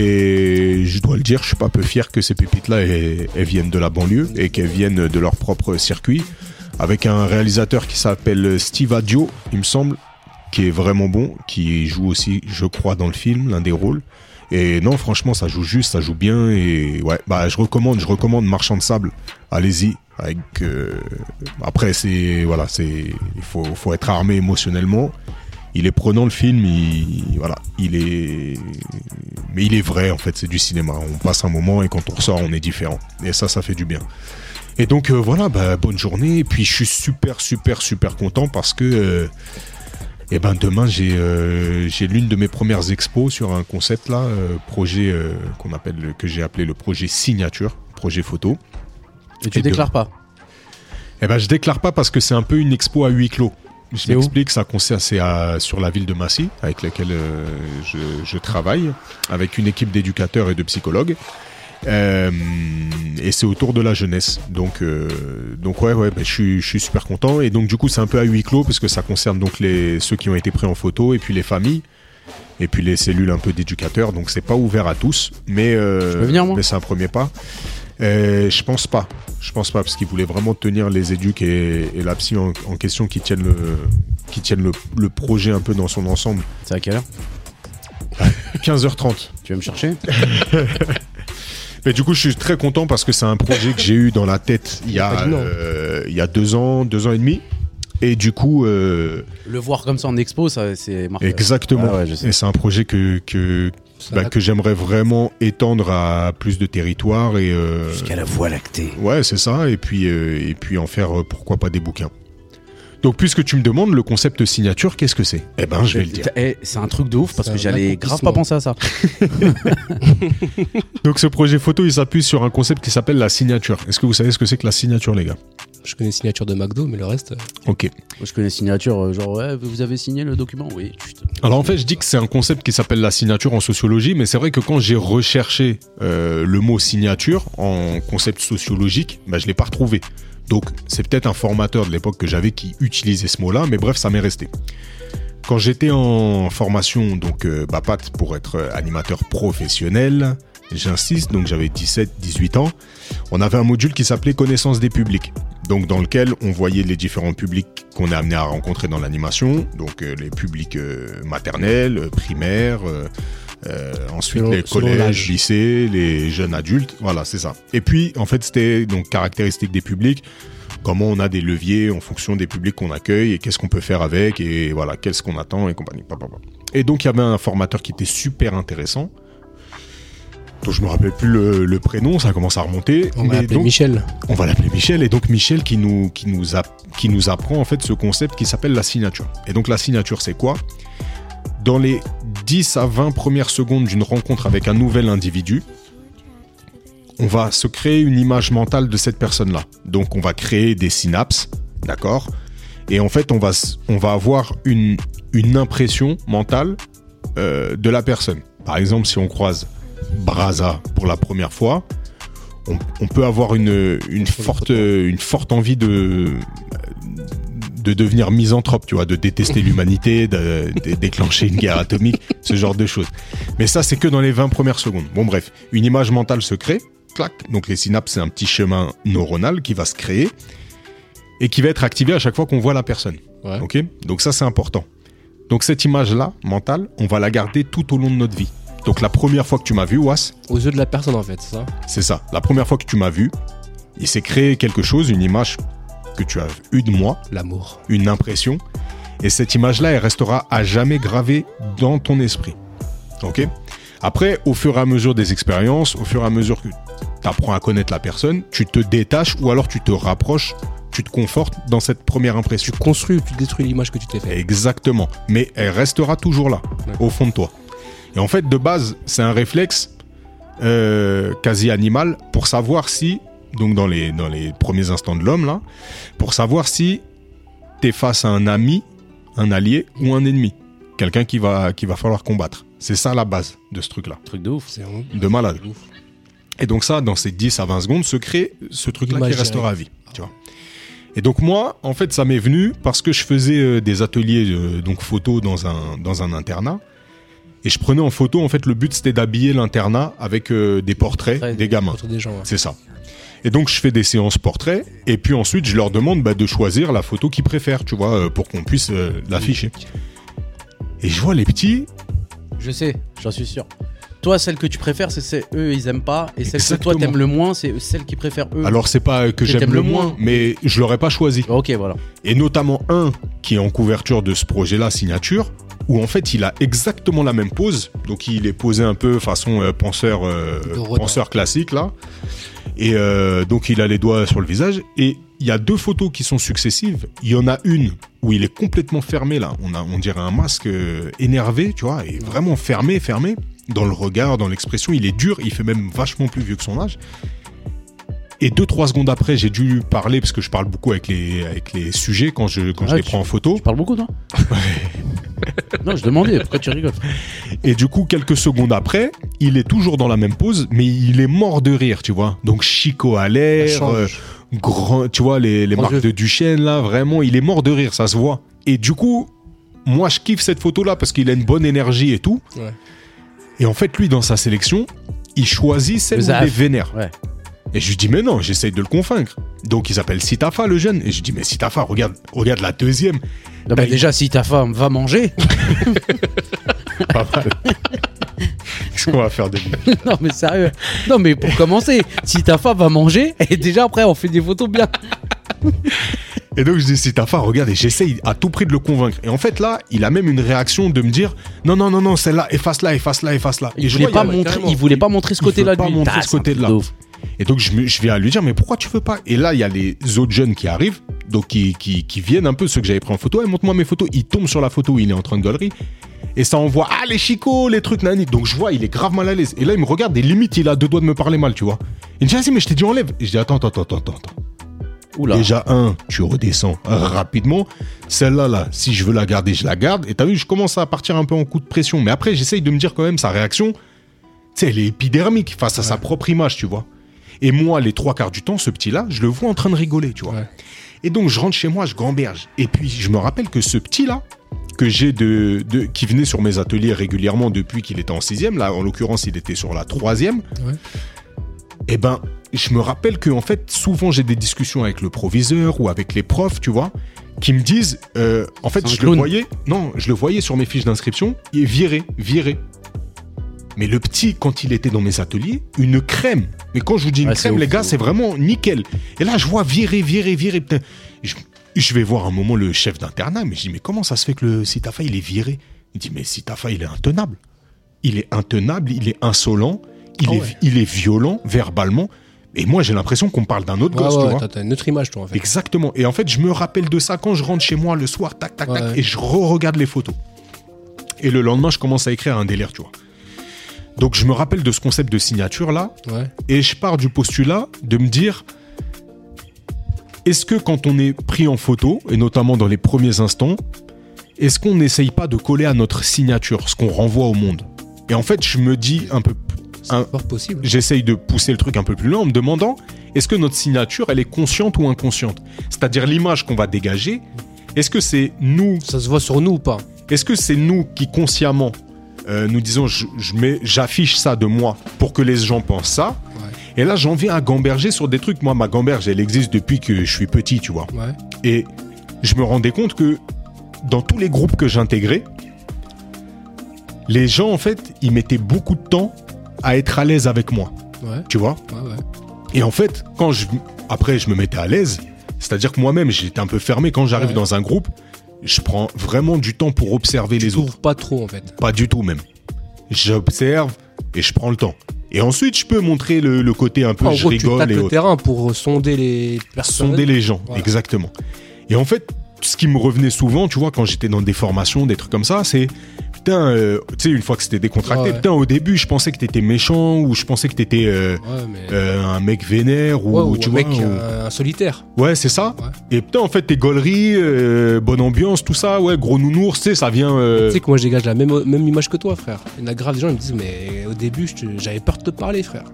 Speaker 2: Et je dois le dire, je suis pas peu fier que ces pépites-là, elles, elles viennent de la banlieue et qu'elles viennent de leur propre circuit. Avec un réalisateur qui s'appelle Steve Adio, il me semble, qui est vraiment bon, qui joue aussi, je crois, dans le film, l'un des rôles. Et non, franchement, ça joue juste, ça joue bien. Et ouais, bah, je recommande, je recommande Marchand de Sable. Allez-y. Avec, euh, Après, c'est, voilà, c'est, il faut, faut être armé émotionnellement. Il est prenant le film, il, voilà, il est, mais il est vrai en fait, c'est du cinéma. On passe un moment et quand on ressort, on est différent. Et ça, ça fait du bien. Et donc euh, voilà, bah, bonne journée. Et puis je suis super, super, super content parce que, euh, eh ben demain j'ai, euh, j'ai l'une de mes premières expos sur un concept là, euh, projet euh, qu'on appelle, que j'ai appelé le projet signature, projet photo.
Speaker 3: Et tu
Speaker 2: Et de-
Speaker 3: déclares pas.
Speaker 2: Eh ben, je déclare pas parce que c'est un peu une expo à huis clos. Je
Speaker 3: C'est où
Speaker 2: m'explique, ça concerne, c'est à- sur la ville de Massy, avec laquelle euh, je, je travaille, avec une équipe d'éducateurs et de psychologues. Euh, et c'est autour de la jeunesse. Donc, euh, donc ouais, ouais, ben, je, suis, je suis super content. Et donc, du coup, c'est un peu à huis clos parce que ça concerne donc les, ceux qui ont été pris en photo et puis les familles. Et puis les cellules un peu d'éducateurs, donc c'est pas ouvert à tous, mais, euh,
Speaker 3: Je peux venir, moi
Speaker 2: mais c'est un premier pas. Euh, je pense pas, je pense pas, parce qu'ils voulaient vraiment tenir les éduques et, et la psy en, en question qui tiennent, le, qui tiennent le, le projet un peu dans son ensemble.
Speaker 3: C'est à quelle heure
Speaker 2: 15h30.
Speaker 3: Tu vas me chercher
Speaker 2: Mais du coup, je suis très content parce que c'est un projet que j'ai eu dans la tête il y
Speaker 4: Pas
Speaker 2: a,
Speaker 4: dit non.
Speaker 2: euh, il y a deux ans, deux ans et demi. Et du coup, euh,
Speaker 3: Le voir comme ça en expo, ça c'est marqué.
Speaker 2: exactement.
Speaker 3: Ah ouais, je sais.
Speaker 2: et c'est un projet que, que,
Speaker 4: Ça
Speaker 2: bah,
Speaker 4: va-
Speaker 2: que j'aimerais vraiment étendre à plus de territoires et euh,
Speaker 3: la voie lactée.
Speaker 2: ouais, c'est ça. Et puis euh, et puis en faire euh, pourquoi pas des bouquins. Donc, puisque tu me demandes le concept signature, qu'est-ce que c'est Eh ben, je vais le dire.
Speaker 3: Eh, C'est un truc de ouf parce
Speaker 4: C'est
Speaker 3: que
Speaker 4: un
Speaker 3: j'allais grave pas
Speaker 4: accomplissement.
Speaker 3: penser à ça.
Speaker 2: Donc, ce projet photo, il s'appuie sur un concept qui s'appelle la signature. Est-ce que vous savez ce que c'est que la signature, les gars
Speaker 4: Je connais signature de McDo, mais le reste. euh,
Speaker 2: Ok.
Speaker 3: Je connais signature, euh, genre ouais, vous avez signé le document Oui. Chut.
Speaker 2: Alors en fait, je dis que c'est un concept qui s'appelle la signature en sociologie, mais c'est vrai que quand j'ai recherché euh, le mot signature en concept sociologique, bah, je l'ai pas retrouvé. Donc c'est peut-être un formateur de l'époque que j'avais qui utilisait ce mot-là, mais bref, ça m'est resté. Quand j'étais en formation, donc euh, BAPAT, pour être euh, animateur professionnel, j'insiste, donc j'avais 17-18 ans, on avait un module qui s'appelait connaissance des publics. Donc dans lequel on voyait les différents publics qu'on est amené à rencontrer dans l'animation, donc euh, les publics euh, maternels, euh, primaires, euh, euh, ensuite
Speaker 4: Selon-
Speaker 2: les
Speaker 4: selon
Speaker 2: collèges,
Speaker 4: l'âge.
Speaker 2: lycées, les jeunes adultes, voilà c'est ça. Et puis en fait c'était donc caractéristiques des publics, comment on a des leviers en fonction des publics qu'on accueille et qu'est-ce qu'on peut faire avec et voilà qu'est-ce qu'on attend et compagnie. Pa, pa, pa. Et donc il y avait un formateur qui était super intéressant. dont je me rappelle plus le, le prénom, ça commence à remonter.
Speaker 4: On
Speaker 2: Mais
Speaker 4: va appeler
Speaker 2: donc-
Speaker 4: Michel.
Speaker 2: on va l'appeler Michel et donc Michel qui nous qui nous a- qui nous apprend en fait ce concept qui s'appelle la signature. Et donc la signature c'est quoi dans les 10 à 20 premières secondes d'une rencontre avec un nouvel individu, on va se créer une image mentale de cette personne-là. Donc on va créer des synapses, d'accord Et en fait, on va, s- on va avoir une, une impression mentale euh, de la personne. Par exemple, si on croise Braza pour la première fois, on, on peut avoir une, une, forte, euh, une forte envie de, de devenir misanthrope, tu vois, de détester l'humanité, de, de déclencher une guerre atomique, ce genre de choses. Mais ça, c'est que dans les 20 premières secondes. Bon, bref, une image mentale se crée, clac. Donc les synapses, c'est un petit chemin neuronal qui va se créer et qui va être activé à chaque fois qu'on voit la personne.
Speaker 4: Ouais.
Speaker 2: Ok Donc ça, c'est important. Donc cette image-là, mentale, on va la garder tout au long de notre vie. Donc la première fois que tu m'as vu, Was,
Speaker 4: Aux yeux de la personne en fait, c'est ça
Speaker 2: c'est ça. La première fois que tu m'as vu, il s'est créé quelque chose, une image que tu as eue de moi
Speaker 4: L'amour.
Speaker 2: une impression, et cette image-là, elle restera à jamais gravée dans ton esprit. Ok Après, au fur et à mesure des expériences, au fur et à mesure que tu apprends à connaître la personne, tu te détaches ou alors tu te rapproches, tu te confortes dans cette première impression.
Speaker 4: Tu construis ou tu détruis l'image que tu t'es fait.
Speaker 2: Exactement. Mais elle restera toujours là,
Speaker 4: D'accord.
Speaker 2: au fond de toi. Et en fait, de base, c'est un réflexe euh, quasi animal pour savoir si, donc dans les, dans les premiers instants de l'homme, là, pour savoir si t'es face à un ami, un allié ou un ennemi. Quelqu'un qui va, qui va falloir combattre. C'est ça la base de ce truc-là.
Speaker 3: Truc de ouf.
Speaker 4: C'est bon.
Speaker 2: De malade.
Speaker 4: Ouf.
Speaker 2: Et donc ça, dans ces 10 à 20 secondes, se crée ce truc-là
Speaker 4: L'image
Speaker 2: qui restera à vie. Tu vois. Et donc moi, en fait, ça m'est venu parce que je faisais euh, des ateliers euh, donc photo dans un, dans un internat. Et je prenais en photo, en fait, le but c'était d'habiller l'internat avec euh, des portraits
Speaker 3: Portraits
Speaker 2: des
Speaker 3: des-
Speaker 2: gamins.
Speaker 4: Contre des gens. hein. ouais.
Speaker 2: C'est ça. Et donc je fais des séances portraits, et puis ensuite je leur demande bah, de choisir la photo qu'ils préfèrent, tu vois, euh, pour qu'on puisse euh, l'afficher. Et je vois les petits,
Speaker 3: Je sais, j'en suis sûr. Toi, celle que tu préfères, c'est celle eux, ils aiment pas. Et celle que toi,
Speaker 2: Exactement.
Speaker 3: t'aimes le moins, c'est celle qui préfère eux.
Speaker 2: alors c'est pas euh, que
Speaker 3: Que
Speaker 2: j'aime
Speaker 3: t'aimes
Speaker 2: le
Speaker 3: le
Speaker 2: moins,
Speaker 3: moins.
Speaker 2: mais je l'aurais pas choisi.
Speaker 3: Ok, voilà.
Speaker 2: et notamment un qui est en couverture de ce projet-là, Signature, où en fait il a exactement la même pose, donc il est posé un peu façon euh, penseur, euh,
Speaker 4: De Rodin.
Speaker 2: penseur classique là, et euh, donc il a les doigts sur le visage, et il y a deux photos qui sont successives, il y en a une où il est complètement fermé là, on, a, on dirait un masque euh, énervé, tu vois, et vraiment fermé, fermé, dans le regard, dans l'expression, il est dur, il fait même vachement plus vieux que son âge. Et deux, trois secondes après, j'ai dû parler, parce que je parle beaucoup avec les, avec les sujets quand je, quand je
Speaker 3: Ah,
Speaker 2: les prends en photo.
Speaker 3: Tu parles beaucoup, toi Non, je demandais, pourquoi tu rigoles
Speaker 2: Et du coup, quelques secondes après, il est toujours dans la même pose, mais il est mort de rire, tu vois. Donc, Chico à
Speaker 4: Ça
Speaker 2: l'air,
Speaker 4: change.
Speaker 2: euh, grand, tu vois, les, les
Speaker 4: Grand
Speaker 2: marques
Speaker 4: jeu.
Speaker 2: de Duchesne, là, vraiment, il est mort de rire, ça se voit. Et du coup, moi, je kiffe cette photo-là parce qu'il a une bonne énergie et tout.
Speaker 4: Ouais.
Speaker 2: Et en fait, lui, dans sa sélection, il choisit celle
Speaker 3: Le
Speaker 2: où il
Speaker 3: Zaf.
Speaker 2: est vénère.
Speaker 3: Ouais.
Speaker 2: Et je lui dis, mais non, j'essaye de le convaincre. Donc, ils appellent Sitafa, le jeune. Et je dis, mais Sitafa, regarde, regarde la deuxième.
Speaker 3: Non,
Speaker 2: Bah,
Speaker 3: mais déjà, si ta femme va manger.
Speaker 2: Pas mal. Qu'est-ce qu'on va faire de mieux
Speaker 3: non, mais sérieux. Non, mais pour commencer, si ta femme va manger, et déjà après, on fait des photos bien.
Speaker 2: Et donc je dis, c'est ta femme, regarde, et j'essaye à tout prix de le convaincre. Et en fait là, il a même une réaction de me dire, non, non, non, non, celle-là, efface-la, efface-la, efface-la.
Speaker 3: Il
Speaker 2: Et je
Speaker 3: voulait,
Speaker 2: vois,
Speaker 3: pas
Speaker 2: il y a-
Speaker 3: montrer,
Speaker 4: carrément.
Speaker 3: il voulait pas montrer ce
Speaker 2: Il
Speaker 3: côté-là
Speaker 2: veut
Speaker 3: de
Speaker 2: pas
Speaker 3: lui.
Speaker 2: montrer
Speaker 3: Ah,
Speaker 2: ce
Speaker 3: c'est un truc
Speaker 2: côté-là.
Speaker 3: de ouf.
Speaker 2: Et donc je, me- je vais à lui dire, mais pourquoi tu veux pas Et là, il y a les autres jeunes qui arrivent, donc qui, qui, qui viennent un peu, ceux que j'avais pris en photo, et montre-moi mes photos. Il tombe sur la photo où il est en train de galerie, et ça envoie, ah les chicots, les trucs, nani. Donc je vois, il est grave mal à l'aise. Et là, il me regarde, et limite, il a deux doigts de me parler mal, tu vois. Il me dit, vas-y, mais je t'ai dit enlève. Et je dis, attends, attends, attends, attends. attends.
Speaker 3: Oula.
Speaker 2: Déjà, un, tu redescends rapidement. Celle-là, là, si je veux la garder, je la garde. Et t'as vu, je commence à partir un peu en coup de pression. Mais après, j'essaye de me dire quand même, sa réaction, tu sais, elle est épidermique face à sa propre image, tu vois. Et moi, les trois quarts du temps, ce petit-là, je le vois en train de rigoler, tu vois.
Speaker 4: Ouais.
Speaker 2: Et donc, je rentre chez moi, je gamberge. Et puis, je me rappelle que ce petit-là, que j'ai de, de- qui venait sur mes ateliers régulièrement depuis qu'il était en sixième, là, en l'occurrence, il était sur la troisième.
Speaker 4: Ouais.
Speaker 2: Eh ben, je me rappelle que en fait, souvent j'ai des discussions avec le proviseur ou avec les profs, tu vois, qui me disent, euh, en fait,
Speaker 3: C'est un
Speaker 2: je
Speaker 3: clown.
Speaker 2: le voyais, non, je le voyais sur mes fiches d'inscription, il est viré, viré. Mais le petit, quand il était dans mes ateliers, une crème. Mais quand je vous dis une
Speaker 3: Ah, c'est
Speaker 2: crème,
Speaker 3: ouf,
Speaker 2: les gars,
Speaker 3: c'est
Speaker 2: c'est vraiment nickel. Et là, je vois virer, virer, virer. Putain, je, je vais voir un moment le chef d'internat, mais je dis, mais comment ça se fait que le Sitafa, il est viré Il dit, mais Sitafa, il est intenable. Il est intenable, il est insolent, il,
Speaker 4: Ah
Speaker 2: est,
Speaker 4: ouais.
Speaker 2: il est violent verbalement. Et moi, j'ai l'impression qu'on parle d'un autre
Speaker 4: Ouais,
Speaker 2: gosse,
Speaker 4: ouais,
Speaker 2: tu
Speaker 4: ouais,
Speaker 2: vois.
Speaker 4: t'as- t'as une autre image, toi, en fait.
Speaker 2: Exactement. Et en fait, je me rappelle de ça quand je rentre chez moi le soir, tac, tac,
Speaker 4: Ouais,
Speaker 2: tac,
Speaker 4: ouais.
Speaker 2: et je re-regarde les photos. Et le lendemain, je commence à écrire un délire, tu vois. Donc je me rappelle de ce concept de signature là,
Speaker 4: Ouais.
Speaker 2: et je pars du postulat de me dire est-ce que quand on est pris en photo, et notamment dans les premiers instants, est-ce qu'on n'essaye pas de coller à notre signature, ce qu'on renvoie au monde Et en fait, je me dis un peu.
Speaker 4: C'est
Speaker 2: Un-
Speaker 4: fort possible.
Speaker 2: J'essaye de pousser le truc un peu plus loin en me demandant est-ce que notre signature, elle est consciente ou inconsciente C'est-à-dire l'image qu'on va dégager, est-ce que c'est nous
Speaker 4: Ça se voit sur nous ou pas
Speaker 2: est-ce que c'est nous qui consciemment euh, nous disons je- je mets- j'affiche ça de moi pour que les gens pensent ça
Speaker 4: Ouais.
Speaker 2: Et là j'en viens à gamberger sur des trucs. Moi ma gamberge elle existe depuis que je suis petit, tu vois.
Speaker 4: Ouais.
Speaker 2: Et je me rendais compte que dans tous les groupes que j'intégrais, les gens en fait ils mettaient beaucoup de temps à être à l'aise avec moi,
Speaker 4: Ouais.
Speaker 2: tu vois.
Speaker 4: Ouais, ouais.
Speaker 2: Et en fait, quand je, après, je me mettais à l'aise, c'est-à-dire que moi-même, j'étais un peu fermé. Quand j'arrive
Speaker 4: Ouais.
Speaker 2: dans un groupe, je prends vraiment du temps pour observer les autres.
Speaker 4: T'ouvres pas trop en fait.
Speaker 2: Pas du tout, même. J'observe et je prends le temps. Et ensuite, je peux montrer le, le côté un peu
Speaker 4: en
Speaker 2: je
Speaker 4: gros, tu
Speaker 2: rigole
Speaker 4: tâtes
Speaker 2: et
Speaker 4: le
Speaker 2: autres.
Speaker 4: terrain pour euh, sonder les personnes.
Speaker 2: Sonder les gens,
Speaker 4: Voilà.
Speaker 2: exactement. Et en fait, ce qui me revenait souvent, tu vois, quand j'étais dans des formations, des trucs comme ça, c'est. Putain, euh, tu sais, une fois que c'était décontracté,
Speaker 4: Ouais.
Speaker 2: putain, au début, je pensais que t'étais méchant ou je pensais que t'étais euh,
Speaker 4: Ouais, mais.
Speaker 2: euh, un mec vénère ou,
Speaker 4: Ouais, ou
Speaker 2: tu
Speaker 4: un
Speaker 2: vois.
Speaker 4: mec, euh,
Speaker 2: ou-
Speaker 4: un, un solitaire.
Speaker 2: Ouais, c'est ça.
Speaker 4: Ouais.
Speaker 2: Et putain, en fait, tes gauleries, euh, bonne ambiance, tout ça, ouais, gros nounours, tu sais, ça vient. euh,
Speaker 4: Tu sais que moi, je dégage la même, même image que toi, frère. Il y en a grave des gens, ils me disent, mais au début, je te- j'avais peur de te parler, frère.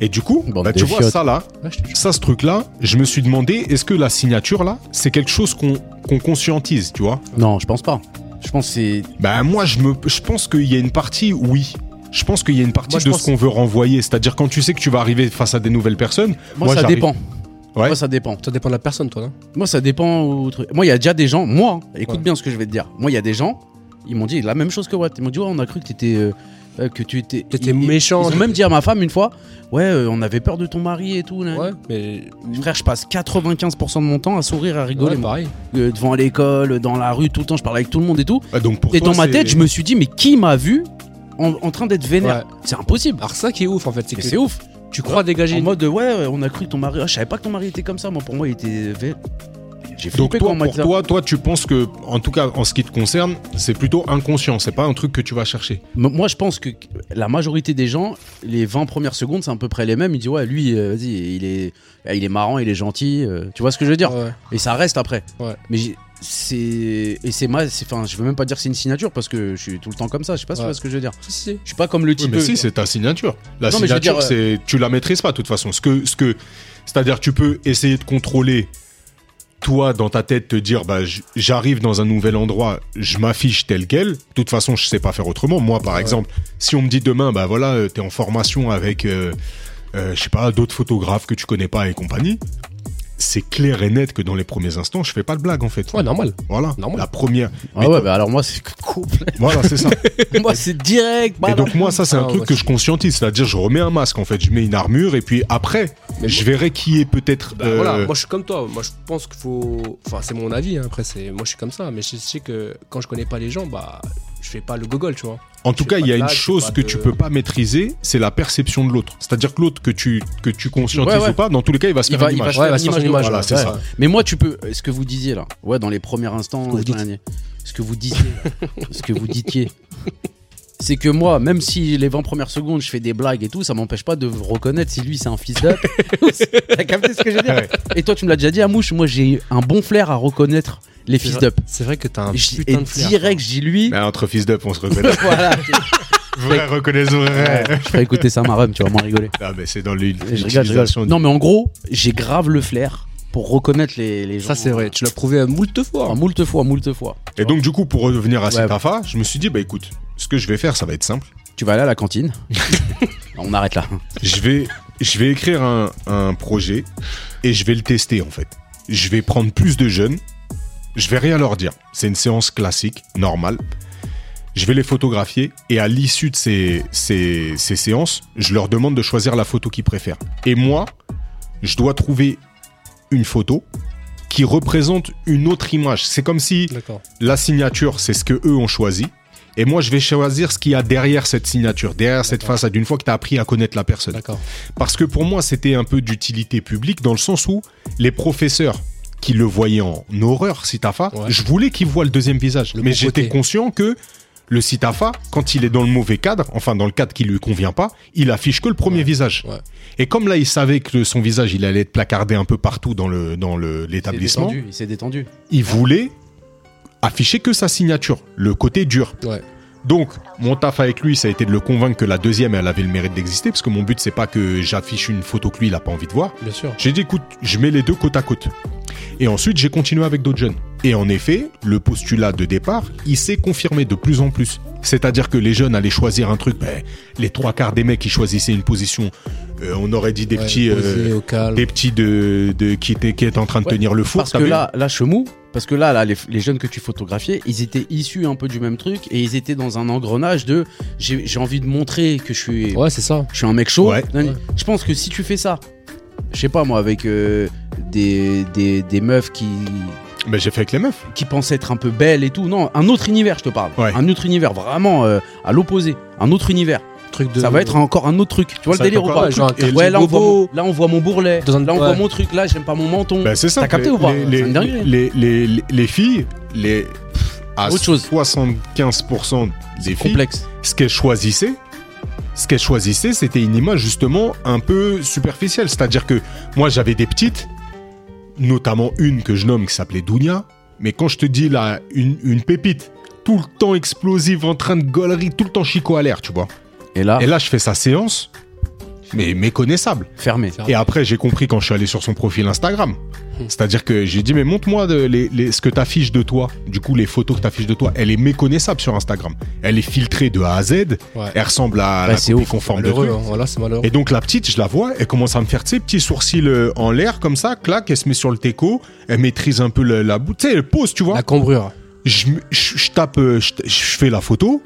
Speaker 2: Et du coup,
Speaker 3: Bande
Speaker 2: bah,
Speaker 3: de
Speaker 2: tu vois,
Speaker 3: chiottes.
Speaker 2: ça là,
Speaker 4: Là, je te jure.
Speaker 2: ça, ce truc là, je me suis demandé, est-ce que la signature là, c'est quelque chose qu'on qu'on conscientise, tu vois
Speaker 3: Non, je pense pas. Je pense que c'est.
Speaker 2: Bah, moi, je, me, je pense qu'il y a une partie, oui. Je pense qu'il y a une partie
Speaker 4: Moi, je
Speaker 2: de
Speaker 4: pense-
Speaker 2: ce qu'on veut renvoyer. C'est-à-dire, quand tu sais que tu vas arriver face à des nouvelles personnes,
Speaker 3: Moi,
Speaker 2: Moi,
Speaker 3: ça
Speaker 2: j'arrive-
Speaker 3: dépend.
Speaker 2: Ouais.
Speaker 3: Moi, ça dépend.
Speaker 4: Ça dépend de la personne, toi, hein. non
Speaker 3: Moi, ça dépend. au truc. Moi, il y a déjà des gens. Moi, hein, écoute
Speaker 4: Ouais.
Speaker 3: bien ce que je vais te dire. Moi, il y a des gens. Ils m'ont dit la même chose que Watt. Ils m'ont dit ouais, on a cru que t'étais. euh, euh, que tu étais.
Speaker 4: T'étais
Speaker 3: Ils- ils-
Speaker 4: méchant.
Speaker 3: Ils ont même dit à ma femme une fois ouais, euh, on avait peur de ton mari et tout. là.
Speaker 4: Ouais, mais.
Speaker 3: Frère, je passe 95% de mon temps à sourire, à rigoler.
Speaker 4: Ouais, bah.
Speaker 3: moi.
Speaker 4: pareil.
Speaker 3: Euh, devant l'école, dans la rue, tout le temps, je parle avec tout le monde et tout.
Speaker 2: bah, donc pour
Speaker 3: Et
Speaker 2: toi,
Speaker 3: dans ma
Speaker 2: c'est-
Speaker 3: tête, je me suis dit, mais qui m'a vu en, en train d'être vénère
Speaker 4: Ouais.
Speaker 3: C'est impossible.
Speaker 4: Alors, ça qui est ouf, en fait, c'est
Speaker 3: Mais
Speaker 4: que
Speaker 3: c'est ouf.
Speaker 4: tu crois dégager.
Speaker 3: En
Speaker 4: une-
Speaker 3: mode, ouais, on a cru que ton mari. Ah, je savais pas que ton mari était comme ça. Moi, pour moi, il était. vé- J'ai
Speaker 2: Donc
Speaker 3: flippé quand
Speaker 2: toi,
Speaker 3: on m'a
Speaker 2: pour
Speaker 3: dit ça.
Speaker 2: toi, toi, tu penses que, en tout cas, en ce qui te concerne, c'est plutôt inconscient. C'est pas un truc que tu vas chercher.
Speaker 3: M- Moi, je pense que la majorité des gens, les 20 premières secondes, c'est à peu près les mêmes. Ils disent, ouais, lui, euh, vas-y, il est, ah, il est marrant, il est gentil. euh, Tu vois ce que je veux dire
Speaker 4: Ouais.
Speaker 3: Et ça reste après.
Speaker 4: Ouais.
Speaker 3: Mais j'ai- c'est. Et c'est mal. c'est- Enfin, je veux même pas dire que c'est une signature parce que je suis tout le temps comme ça. Je sais pas si
Speaker 4: Ouais.
Speaker 3: tu vois ce que je veux dire.
Speaker 4: Si, si.
Speaker 3: Je suis pas comme le type.
Speaker 2: Oui, mais
Speaker 3: de-
Speaker 2: si, c'est ta signature. La
Speaker 3: Non, mais je
Speaker 2: signature,
Speaker 3: veux dire, euh,
Speaker 2: c'est tu la maîtrises pas de toute façon. Ce que, ce que, c'est-à-dire, tu peux essayer de contrôler. Toi, dans ta tête, te dire, bah, j- j'arrive dans un nouvel endroit, je m'affiche tel quel. De toute façon, je sais pas faire autrement. Moi, par exemple, si on me dit demain, bah voilà, euh, t'es en formation avec, euh, euh, je sais pas, d'autres photographes que tu connais pas et compagnie, c'est clair et net que dans les premiers instants, je fais pas de blague en fait.
Speaker 4: Ouais, normal.
Speaker 2: Voilà,
Speaker 4: Normal.
Speaker 2: la première.
Speaker 3: Ah ouais, bah alors moi, c'est couple.
Speaker 2: Voilà, c'est ça.
Speaker 3: moi, c'est direct.
Speaker 2: Et donc moi ça c'est un
Speaker 4: Ah,
Speaker 2: truc
Speaker 4: ouais,
Speaker 2: que
Speaker 4: c'est-
Speaker 2: je conscientise, c'est-à-dire je remets un masque en fait, je mets une armure et puis après
Speaker 4: Mais
Speaker 2: je verrai qui est peut-être
Speaker 4: Bah,
Speaker 2: euh,
Speaker 4: voilà, moi je suis comme toi, moi je pense qu'il faut. Enfin, c'est mon avis, hein. après, c'est... moi je suis comme ça, mais je sais que quand je connais pas les gens, bah je fais pas le gogol, tu vois.
Speaker 2: en tout
Speaker 4: je
Speaker 2: cas
Speaker 4: fais
Speaker 2: il
Speaker 4: pas
Speaker 2: y a
Speaker 4: de
Speaker 2: une
Speaker 4: blague, je
Speaker 2: chose
Speaker 4: fais
Speaker 2: que
Speaker 4: pas
Speaker 2: tu
Speaker 4: de-
Speaker 2: peux pas maîtriser, c'est la perception de l'autre. C'est-à-dire que l'autre que tu que tu conscientises
Speaker 3: Ouais, ouais.
Speaker 2: ou pas, dans tous les cas il va se
Speaker 3: Il
Speaker 2: faire
Speaker 3: va-
Speaker 2: une
Speaker 3: il va
Speaker 2: image.
Speaker 3: se faire
Speaker 4: bah,
Speaker 3: une
Speaker 4: sur
Speaker 3: image
Speaker 4: son
Speaker 3: de-
Speaker 4: image,
Speaker 2: voilà,
Speaker 4: ouais.
Speaker 2: c'est ça.
Speaker 3: Mais moi, tu peux. Ce que vous disiez là, ouais, dans les premiers instants,
Speaker 4: vous
Speaker 3: et tout,
Speaker 4: dites.
Speaker 3: nan, nan, ce que vous disiez, là, ce que vous ditiez, c'est que moi, même si les 20 premières secondes, je fais des blagues et tout, ça m'empêche pas de reconnaître si lui, c'est un fils d'up. T'as capté ce que je veux dire
Speaker 2: Ouais.
Speaker 3: Et toi, tu me l'as déjà dit à Mouche, moi, j'ai un bon flair à reconnaître les fils d'up.
Speaker 4: C'est vrai que t'as un
Speaker 3: J-
Speaker 4: putain
Speaker 3: Et
Speaker 4: de flair.
Speaker 3: direct, j'ai lui.
Speaker 2: Mais entre fils d'up on se reconnaît.
Speaker 3: Voilà,
Speaker 2: vrai reconnaissez vrai.
Speaker 3: je ferai écouter ça à ma rhum, tu vas moins rigoler.
Speaker 2: Ah mais c'est dans l'une.
Speaker 3: Je rigole, je rigole. Non, mais en gros, j'ai grave le flair pour reconnaître les, les gens.
Speaker 4: Ça c'est vrai, tu l'as prouvé euh, moult fois.
Speaker 3: Enfin, Oh, moult fois, moult fois.
Speaker 2: Et donc du coup pour revenir à cette
Speaker 3: Ouais.
Speaker 2: affaire, je me suis dit bah écoute, ce que je vais faire ça va être simple.
Speaker 3: Tu vas aller à la cantine. On arrête là.
Speaker 2: je vais, je vais écrire un, un projet et je vais le tester en fait. Je vais prendre plus de jeunes. Je vais rien leur dire. C'est une séance classique, normale. Je vais les photographier et à l'issue de ces, ces, ces séances, je leur demande de choisir la photo qu'ils préfèrent. Et moi, je dois trouver une photo qui représente une autre image. C'est comme si
Speaker 4: D'accord.
Speaker 2: la signature, c'est ce que eux ont choisi. Et moi, je vais choisir ce qu'il y a derrière cette signature, derrière cette
Speaker 4: D'accord.
Speaker 2: façade, une fois que tu as appris à connaître la personne.
Speaker 4: D'accord.
Speaker 2: Parce que pour moi, c'était un peu d'utilité publique dans le sens où les professeurs qui le voyaient en horreur, si t'as fa,
Speaker 4: Ouais.
Speaker 2: je voulais qu'ils voient le deuxième visage.
Speaker 4: Le
Speaker 2: Mais
Speaker 4: bon
Speaker 2: j'étais
Speaker 4: côté.
Speaker 2: conscient que Le Sitafa, quand il est dans le mauvais cadre, enfin dans le cadre qui lui convient pas, il affiche que le premier visage.
Speaker 4: ouais.
Speaker 2: Et comme là, il savait que son visage, il allait être placardé un peu partout dans le dans le-
Speaker 3: Il s'est
Speaker 2: l'établissement,
Speaker 3: détendu. Il s'est détendu.
Speaker 2: il voulait afficher que sa signature, le côté dur.
Speaker 4: Ouais.
Speaker 2: Donc, mon taf avec lui, ça a été de le convaincre que la deuxième, elle avait le mérite d'exister, parce que mon but, c'est pas que j'affiche une photo que lui, il a pas envie de voir.
Speaker 4: Bien sûr.
Speaker 2: J'ai dit, écoute, je mets les deux côte à côte. Et ensuite, j'ai continué avec d'autres jeunes. Et en effet, le postulat de départ, il s'est confirmé de plus en plus. C'est-à-dire que les jeunes allaient choisir un truc, ben, les trois quarts des mecs qui choisissaient une position, euh, on aurait dit des
Speaker 4: Ouais,
Speaker 2: petits,
Speaker 4: posé
Speaker 2: euh,
Speaker 4: au calme.
Speaker 2: des petits de, de- qui étaient qui étaient en train de
Speaker 3: Ouais,
Speaker 2: tenir le four.
Speaker 3: Parce
Speaker 2: t'as
Speaker 3: que
Speaker 2: vu
Speaker 3: là, là, chemou, parce que là, là les, les jeunes que tu photographiais, ils étaient issus un peu du même truc et ils étaient dans un engrenage de j'ai j'ai envie de montrer que je suis,
Speaker 4: Ouais, c'est ça.
Speaker 3: je suis un mec chaud.
Speaker 2: Ouais.
Speaker 3: Non,
Speaker 4: Ouais.
Speaker 3: Je pense que si tu fais ça, je sais pas moi, avec euh, des, des, des meufs qui,
Speaker 2: mais Ben, j'ai fait avec les meufs.
Speaker 3: qui pensent être un peu belles et tout, non, un autre univers, je te parle.
Speaker 2: Ouais.
Speaker 3: Un autre univers, vraiment euh, à l'opposé. Un autre univers.
Speaker 4: Truc de.
Speaker 3: Ça va être encore un autre truc. Tu vois
Speaker 4: Ça
Speaker 3: le
Speaker 4: va
Speaker 3: délire
Speaker 4: être
Speaker 3: ou
Speaker 4: encore-
Speaker 3: pas
Speaker 4: ouais, genre un quartier
Speaker 3: Ouais, là on, voit
Speaker 4: bobo.
Speaker 3: mon, là on voit mon bourrelet.
Speaker 4: Dans un-
Speaker 3: Là on voit
Speaker 4: ouais.
Speaker 3: mon truc, là j'aime pas mon menton.
Speaker 2: Ben, c'est ça.
Speaker 3: T'as capté ou pas
Speaker 2: les,
Speaker 3: C'est une
Speaker 2: les,
Speaker 3: dinguerie.
Speaker 2: les, les- les- les filles, les, pff, à
Speaker 3: Autre chose.
Speaker 2: 75% des filles,
Speaker 3: complexe.
Speaker 2: ce qu'elles choisissaient, ce qu'elles choisissaient, c'était une image justement un peu superficielle. C'est-à-dire que moi, j'avais des petites, notamment une que je nomme qui s'appelait Dounia. Mais quand je te dis là, une, une pépite, tout le temps explosive, en train de gaulerie, tout le temps chico à l'air, tu vois.
Speaker 3: Et là,
Speaker 2: Et là, je fais sa séance, mais méconnaissable.
Speaker 3: fermé.
Speaker 2: Et après, j'ai compris quand je suis allé sur son profil Instagram. C'est-à-dire que j'ai dit, mais montre-moi de- les- les- ce que t'affiches de toi. Du coup, les photos que t'affiches de toi, elle est méconnaissable sur Instagram. Elle est filtrée de A à Z.
Speaker 4: Ouais.
Speaker 2: Elle ressemble à
Speaker 3: Bah,
Speaker 2: la
Speaker 3: c'est
Speaker 2: copie
Speaker 3: ouf.
Speaker 2: conforme de
Speaker 4: Malheureux,
Speaker 2: truc.
Speaker 4: hein. voilà, c'est malheureux.
Speaker 2: Et donc, la petite, je la vois, elle commence à me faire, tu sais, petits sourcils euh, en l'air, comme ça, clac, elle se met sur le teco, elle maîtrise un peu le- la boue. Tu sais, elle pose, tu vois.
Speaker 4: La cambrure.
Speaker 2: Je, me- je- je tape, euh, je, je fais la photo.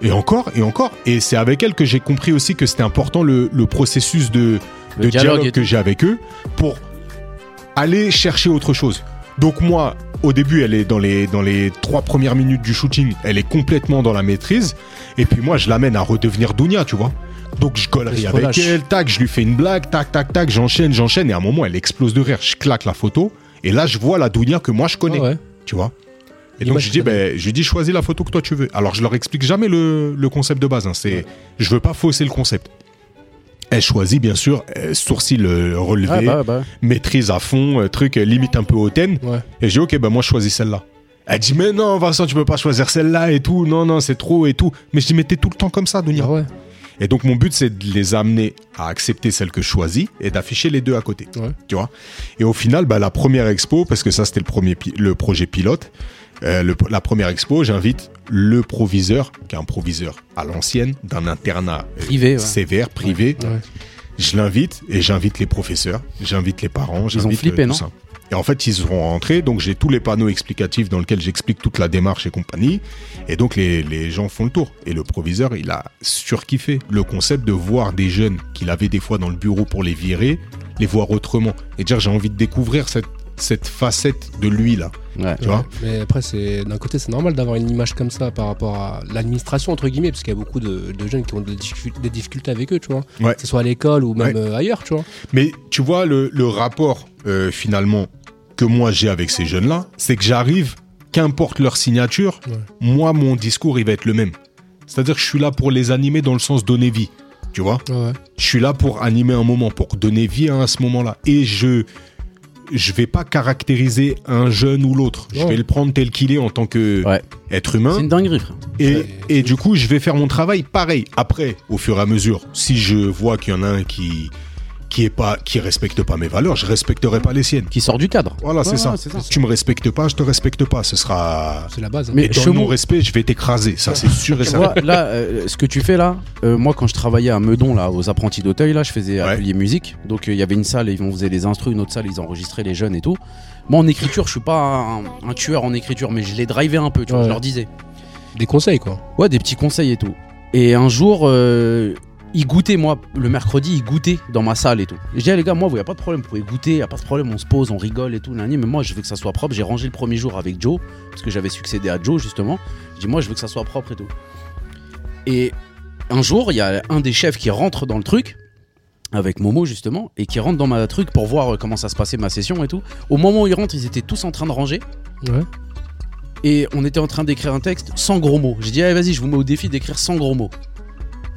Speaker 2: Et encore, et encore. Et c'est avec elle que j'ai compris aussi que c'était important le- le processus de,
Speaker 3: Le
Speaker 2: de dialogue,
Speaker 3: dialogue est-
Speaker 2: que j'ai avec eux pour aller chercher autre chose. Donc moi, au début, elle est dans les, dans les trois premières minutes du shooting, elle est complètement dans la maîtrise. Et puis moi, je l'amène à redevenir Dounia, tu vois. Donc je
Speaker 4: Elle
Speaker 2: collerie
Speaker 4: se
Speaker 2: avec
Speaker 4: relâche.
Speaker 2: elle, tac, je lui fais une blague, tac, tac, tac, j'enchaîne, j'enchaîne. Et à un moment, elle explose de rire. Je claque la photo. Et là, je vois la Dounia que moi, je connais,
Speaker 4: Ah Ouais, ouais.
Speaker 2: tu vois. Et
Speaker 4: L'image
Speaker 2: donc je dis,
Speaker 4: que t'as
Speaker 2: ben, je lui dis, choisis la photo que toi tu veux. Alors je leur explique jamais le, le concept de base. hein. C'est, je veux pas fausser le concept. Elle choisit bien sûr euh, sourcil euh, relevé,
Speaker 3: Ah, bah, bah.
Speaker 2: maîtrise à fond, euh, truc euh, limite un peu hautaine.
Speaker 4: Ouais.
Speaker 2: Et je dis, ok, ben moi je choisis celle-là. Elle dit, mais non, Vincent, tu peux pas choisir celle-là et tout. Non, non, c'est trop et tout. Mais je dis, mais t'es tout le temps comme ça, Dunia.
Speaker 4: Ah ouais.
Speaker 2: Et donc mon but c'est de les amener à accepter celle que je choisis et d'afficher les deux à côté.
Speaker 4: Ouais.
Speaker 2: Tu vois. Et au final, bah, la première expo, parce que ça c'était le premier pi- le projet pilote, euh, le- la première expo, j'invite le proviseur, qui est un proviseur à l'ancienne d'un internat euh,
Speaker 3: Privé, ouais.
Speaker 2: sévère privé.
Speaker 4: Ouais.
Speaker 2: Je l'invite et j'invite les professeurs, j'invite les parents, j'invite euh,
Speaker 3: flippé,
Speaker 2: tout
Speaker 3: non
Speaker 2: ça. Et en fait, ils seront rentrés, donc j'ai tous les panneaux explicatifs dans lesquels j'explique toute la démarche et compagnie. Et donc les, les gens font le tour. Et le proviseur, il a surkiffé le concept de voir des jeunes qu'il avait des fois dans le bureau pour les virer, les voir autrement. Et dire j'ai envie de découvrir cette, cette facette de lui là.
Speaker 3: Ouais.
Speaker 2: Tu vois
Speaker 4: Mais après, c'est d'un côté, c'est normal d'avoir une image comme ça par rapport à l'administration, entre guillemets, parce qu'il y a beaucoup de, de jeunes qui ont des, difficul- des difficultés avec eux, tu vois.
Speaker 2: Ouais.
Speaker 4: Que ce soit à l'école ou même
Speaker 2: Ouais.
Speaker 4: euh, ailleurs, tu vois.
Speaker 2: Mais tu vois, le, le rapport euh, finalement que moi j'ai avec ces jeunes-là, c'est que j'arrive, qu'importe leur signature,
Speaker 4: Ouais.
Speaker 2: moi mon discours il va être le même. C'est-à-dire que je suis là pour les animer dans le sens donner vie. Tu vois
Speaker 4: Ah Ouais.
Speaker 2: Je suis là pour animer un moment, pour donner vie à, un- ce moment-là. Et je je vais pas caractériser un jeune ou l'autre. Je
Speaker 4: Ouais.
Speaker 2: vais le prendre tel qu'il est en tant que
Speaker 3: Ouais.
Speaker 2: être
Speaker 3: C'est
Speaker 2: humain.
Speaker 3: une dinguerie, frère.
Speaker 2: Et, et du coup, je vais faire mon travail pareil. Après, au fur et à mesure, si je vois qu'il y en a un qui qui est pas qui respecte pas mes valeurs, je respecterai pas les siennes.
Speaker 3: Qui sort du cadre.
Speaker 2: Voilà, c'est
Speaker 3: Ouais,
Speaker 2: ça.
Speaker 3: ouais, c'est ça.
Speaker 2: Tu me respectes pas, je te respecte pas. Ce sera.
Speaker 4: C'est la base. hein.
Speaker 3: Mais-
Speaker 2: Et dans
Speaker 3: chez
Speaker 2: mon
Speaker 3: vous-
Speaker 2: respect, je vais t'écraser. Ça, c'est sûr et
Speaker 3: Tu
Speaker 2: certain.
Speaker 3: vois, là, euh, ce que tu fais là, euh, moi quand je travaillais à Meudon, là, aux apprentis d'Auteuil, là, je faisais
Speaker 2: Ouais.
Speaker 3: atelier musique. Donc euh, il y avait une salle, ils on faisait les instrus, une autre salle, ils enregistraient les jeunes et tout. Moi en écriture, je suis pas un, un tueur en écriture, mais je les drivais un peu, tu vois,
Speaker 4: Ouais.
Speaker 3: je leur disais.
Speaker 4: Des conseils, quoi.
Speaker 3: Ouais, des petits conseils et tout. Et un jour, euh, ils goûtaient, moi, le mercredi, ils goûtaient dans ma salle et tout. Et je dis, ah, les gars, moi, il n'y a pas de problème, vous pouvez goûter, il a pas de problème, on se pose, on rigole et tout, nani, mais moi, je veux que ça soit propre. J'ai rangé le premier jour avec Joe, parce que j'avais succédé à Joe, justement. Je dis, moi, je veux que ça soit propre et tout. Et un jour, il y a un des chefs qui rentre dans le truc, avec Momo, justement, et qui rentre dans ma truc pour voir euh, comment ça se passait ma session et tout. Au moment où ils rentrent, ils étaient tous en train de ranger.
Speaker 4: Ouais.
Speaker 3: Et on était en train d'écrire un texte sans gros mots. J'ai dit, allez, vas-y, je vous mets au défi d'écrire sans gros mots.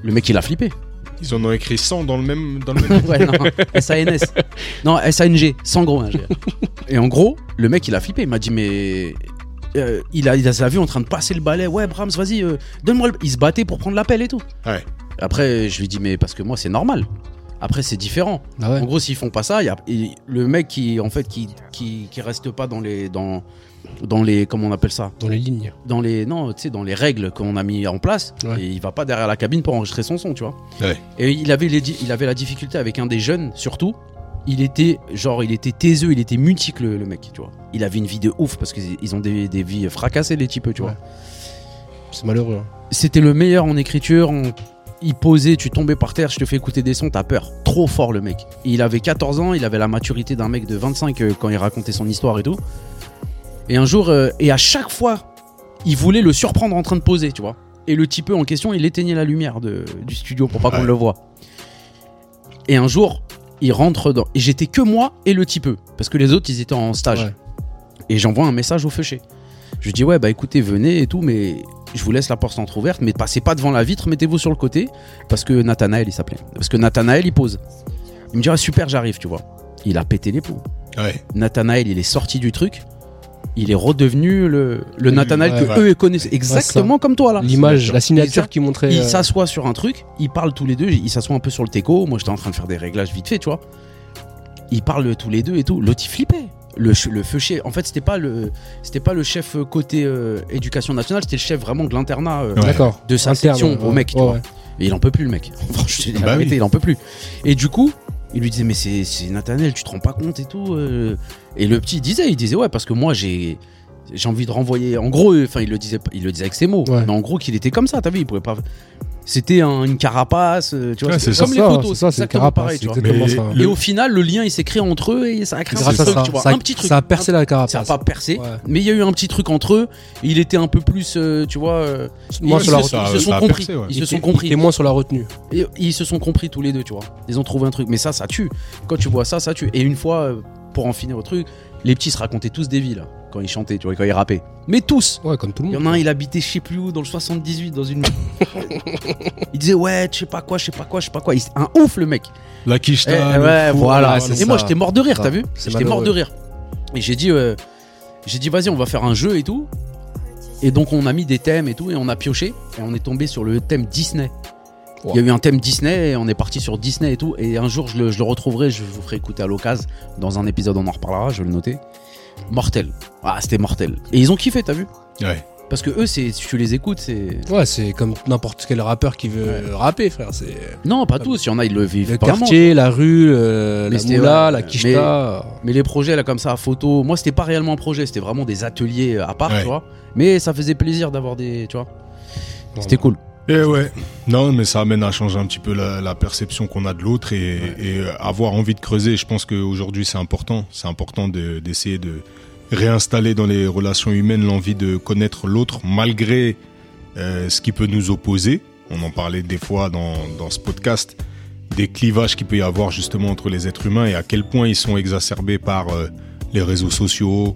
Speaker 3: Le mec, il a flippé.
Speaker 2: Ils en ont écrit 100 dans le même. Dans le même...
Speaker 3: Ouais, non, SANS. Non, SANG, sans gros. hein, j'ai- et en gros, le mec, il a flippé. Il m'a dit, mais. euh, il, a, il a vu en train de passer le balai. Ouais, Brahms, vas-y, euh, donne-moi le. Il se battait pour prendre l'appel et tout.
Speaker 2: Ouais.
Speaker 3: Après, je lui dis, mais parce que moi, c'est normal. Après, c'est différent.
Speaker 4: Ah ouais.
Speaker 3: En gros, s'ils font pas ça, il y a, et le mec qui, en fait, qui, qui, qui reste pas dans les. Dans, dans les. Comment on appelle ça
Speaker 4: Dans les lignes.
Speaker 3: dans les non, tu sais, dans les règles qu'on a mis en place,
Speaker 4: Ouais.
Speaker 3: et il va pas derrière la cabine pour enregistrer son son, tu vois.
Speaker 2: Ouais.
Speaker 3: Et il avait les di- il avait la difficulté avec un des jeunes surtout. Il était genre il était taiseux, il était mutique le, le mec, tu vois. Il avait une vie de ouf parce qu'ils ils ont des, des vies fracassées les types, tu vois.
Speaker 4: Ouais. C'est malheureux. hein.
Speaker 3: C'était le meilleur en écriture, on- il posait, tu tombais par terre, je te fais écouter des sons, t'as peur. Trop fort le mec. Il avait 14 ans, il avait la maturité d'un mec de 25 euh, quand il racontait son histoire et tout. Et un jour, euh, et à chaque fois, il voulait le surprendre en train de poser, tu vois. Et le type en question, il éteignait la lumière de- du studio pour pas qu'on
Speaker 2: Ouais.
Speaker 3: le voie. Et un jour, il rentre dans. Et j'étais que moi et le type, parce que les autres, ils étaient en stage.
Speaker 4: Ouais.
Speaker 3: Et j'envoie un message au feuché. Je lui dis ouais bah écoutez venez et tout mais je vous laisse la porte entrouverte mais passez pas devant la vitre mettez-vous sur le côté parce que Nathanaël il s'appelait parce que Nathanaël il pose. Il me dit ah super j'arrive tu vois. Il a pété les plombs.
Speaker 2: Ouais.
Speaker 3: Nathanaël il est sorti du truc. Il est redevenu le, le
Speaker 4: Oui,
Speaker 3: Nathanaël
Speaker 2: ouais,
Speaker 3: que
Speaker 2: ouais.
Speaker 3: eux connaissent exactement comme toi là.
Speaker 4: L'image, la signature
Speaker 3: Exact.
Speaker 4: qui montrait.
Speaker 3: Ils
Speaker 4: euh,
Speaker 3: s'assoient sur un truc, ils parlent tous les deux, ils s'assoient un peu sur le teco, moi j'étais en train de faire des réglages vite fait, tu vois. Ils parlent tous les deux et tout, l'autre il flippait. Le, ch- le feuché, en fait c'était pas le c'était pas le chef euh, côté euh, éducation nationale, c'était le chef vraiment de l'internat euh,
Speaker 2: Ouais.
Speaker 4: D'accord.
Speaker 3: de sa
Speaker 4: Interne,
Speaker 3: section
Speaker 4: Ah, ouais,
Speaker 3: au mec, tu
Speaker 4: ouais,
Speaker 3: vois.
Speaker 4: ouais.
Speaker 3: Et il en peut plus le mec. Franchement, je te dis la
Speaker 2: Bah oui.
Speaker 3: vérité, il en peut plus. Et du coup, il lui disait mais c'est c'est Nathaniel, tu te rends pas compte et tout. euh. Et le petit il disait, il disait ouais parce que moi j'ai j'ai envie de renvoyer. En gros, euh, enfin il le disait, pas- il le disait avec ses mots,
Speaker 4: Ouais.
Speaker 3: mais en gros qu'il était comme ça. T'as vu, il pouvait pas. C'était un- une carapace, euh, tu vois.
Speaker 2: Ouais,
Speaker 3: c'était
Speaker 2: c'est
Speaker 3: comme
Speaker 4: ça,
Speaker 3: les
Speaker 4: ça,
Speaker 3: photos,
Speaker 4: c'est
Speaker 3: c'est
Speaker 4: ça, c'est une
Speaker 3: exactement
Speaker 4: carapace,
Speaker 3: pareil, tu vois.
Speaker 4: c'est exactement
Speaker 2: Mais
Speaker 4: ça.
Speaker 3: Et
Speaker 2: le-
Speaker 3: au final, le lien il s'est créé entre eux et ça a créé un
Speaker 4: Grâce
Speaker 3: petit
Speaker 4: à
Speaker 3: truc,
Speaker 4: ça,
Speaker 3: tu vois,
Speaker 4: ça
Speaker 3: un petit truc.
Speaker 4: ça a percé la
Speaker 3: Ça a
Speaker 4: carapace.
Speaker 3: pas percé,
Speaker 4: Ouais.
Speaker 3: mais il y a eu un petit truc entre eux. Il était un peu plus, euh, tu vois. euh,
Speaker 4: Moi,
Speaker 3: ils,
Speaker 4: sur la
Speaker 3: se,
Speaker 2: route,
Speaker 3: ils se
Speaker 2: ça- ça
Speaker 3: sont
Speaker 2: a
Speaker 3: compris.
Speaker 2: percé, ouais.
Speaker 3: Ils
Speaker 4: Il
Speaker 3: se sont
Speaker 4: était-
Speaker 3: compris.
Speaker 4: il était moins sur la retenue.
Speaker 3: Et ils se sont compris tous les deux, tu vois. Ils ont trouvé un truc. Mais ça, ça tue. Quand tu vois ça, ça tue. Et une fois, euh, pour en finir au truc, les petits se racontaient tous des vies, là, quand ils chantaient, tu vois, quand ils rappaient. Mais tous
Speaker 4: Ouais, comme tout le
Speaker 3: Il y
Speaker 4: monde.
Speaker 3: en a un, il habitait je sais plus où, dans le 78, dans une. il disait, ouais, je sais pas quoi, je sais pas quoi, je sais pas quoi. Il- Un ouf, le mec.
Speaker 2: La
Speaker 3: Eh,
Speaker 2: Kishta.
Speaker 3: ouais,
Speaker 2: le four,
Speaker 3: voilà.
Speaker 2: le-
Speaker 4: c'est
Speaker 3: Et Ah, moi,
Speaker 4: ça.
Speaker 3: j'étais mort de rire,
Speaker 4: Ça,
Speaker 3: t'as vu
Speaker 4: c'est
Speaker 3: J'étais mort de
Speaker 4: malheureux.
Speaker 3: rire. Et j'ai dit, euh, j'ai dit, vas-y, on va faire un jeu et tout. Et donc, on a mis des thèmes et tout, et on a pioché, et on est tombé sur le thème Disney.
Speaker 4: Wow.
Speaker 3: Il y a eu un thème Disney, et on est parti sur Disney et tout. Et un jour, je le, je le retrouverai, je vous ferai écouter à l'occasion. Dans un épisode, on en reparlera, je vais le noter. Mortel. Ah, c'était mortel. Et ils ont kiffé, t'as vu
Speaker 2: Ouais.
Speaker 3: Parce que eux, c'est, si tu les écoutes, c'est.
Speaker 4: Ouais, c'est comme n'importe quel rappeur qui veut
Speaker 3: Ouais.
Speaker 4: rapper, frère. C'est
Speaker 3: Non, pas tous, il y en a, ils le vivent
Speaker 4: le
Speaker 3: pas vraiment.
Speaker 4: quartier, la rue, euh,
Speaker 3: Mais
Speaker 4: la
Speaker 3: c'était-
Speaker 4: moula,
Speaker 3: ouais,
Speaker 4: la
Speaker 3: mais-
Speaker 4: quicheta.
Speaker 3: Mais les projets là comme ça à photo, moi c'était pas réellement un projet, c'était vraiment des ateliers euh, à part,
Speaker 2: Ouais.
Speaker 3: tu vois. Mais ça faisait plaisir d'avoir des, tu vois. C'était
Speaker 2: bah,
Speaker 3: cool.
Speaker 2: Et Eh ouais. Non, mais ça amène à changer un petit peu la, la perception qu'on a de l'autre et, et, euh, avoir envie de creuser. Je pense qu'aujourd'hui, c'est important. C'est important de- d'essayer de, réinstaller dans les relations humaines l'envie de connaître l'autre malgré euh, ce qui peut nous opposer. On en parlait des fois dans, dans ce podcast, des clivages qu'il peut y avoir justement entre les êtres humains et à quel point ils sont exacerbés par euh, les réseaux sociaux,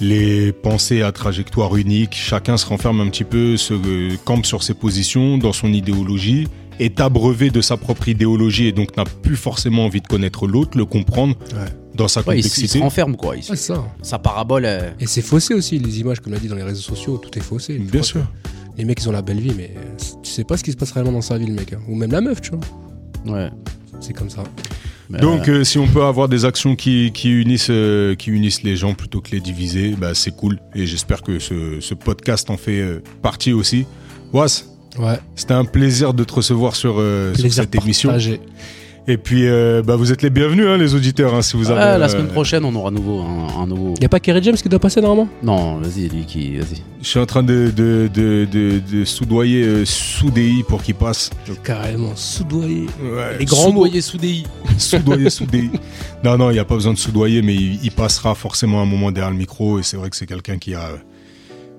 Speaker 2: les pensées à trajectoire unique, chacun se renferme un petit peu, se euh, campe sur ses positions, dans son idéologie, est abreuvé de sa propre idéologie et donc n'a plus forcément envie de connaître l'autre, le comprendre
Speaker 4: Ouais.
Speaker 2: dans sa
Speaker 3: Ouais, ils, ils se
Speaker 2: complexité.
Speaker 3: renferment quoi. Ils-
Speaker 4: Ouais, c'est ça.
Speaker 3: Sa parabole. euh,
Speaker 4: Et c'est faussé aussi, les images, comme on a dit dans les réseaux sociaux, tout est faussé. Je crois
Speaker 2: Bien
Speaker 4: que
Speaker 2: sûr.
Speaker 4: Les mecs, ils ont la belle vie, mais euh, tu sais pas ce qui se passe réellement dans sa vie, le mec. hein. Ou même la meuf, tu vois.
Speaker 3: ouais.
Speaker 4: C'est comme ça.
Speaker 3: Mais,
Speaker 2: Donc,
Speaker 3: euh,
Speaker 2: euh, si on peut avoir des actions qui, qui unissent, euh, qui unissent les gens plutôt que les diviser, bah, c'est cool. Et j'espère que ce, ce podcast en fait euh, partie aussi. Was,
Speaker 4: Ouais,
Speaker 2: c'était un plaisir de te recevoir sur, euh, sur
Speaker 4: plaisir
Speaker 2: cette émission.
Speaker 4: partagé.
Speaker 2: Et puis, euh, bah, vous êtes les bienvenus, hein, les auditeurs, hein, si vous avez.
Speaker 3: ah, la
Speaker 2: euh,
Speaker 3: semaine prochaine, on aura nouveau un, un nouveau.
Speaker 4: Y a pas Kerry James qui doit passer normalement
Speaker 3: Non, vas-y, lui qui, vas-y.
Speaker 2: Je suis en train de, de, de, de, de soudoyer euh, Soudéi pour qu'il passe.
Speaker 4: Carrément, soudoyé.
Speaker 2: Ouais,
Speaker 4: Les grands mots.
Speaker 3: Soudoyer Soudéi.
Speaker 2: soudoyer, soudoyer. Non, non, il n'y a pas besoin de soudoyer, mais il, il passera forcément un moment derrière le micro. Et c'est vrai que c'est quelqu'un qui a. euh,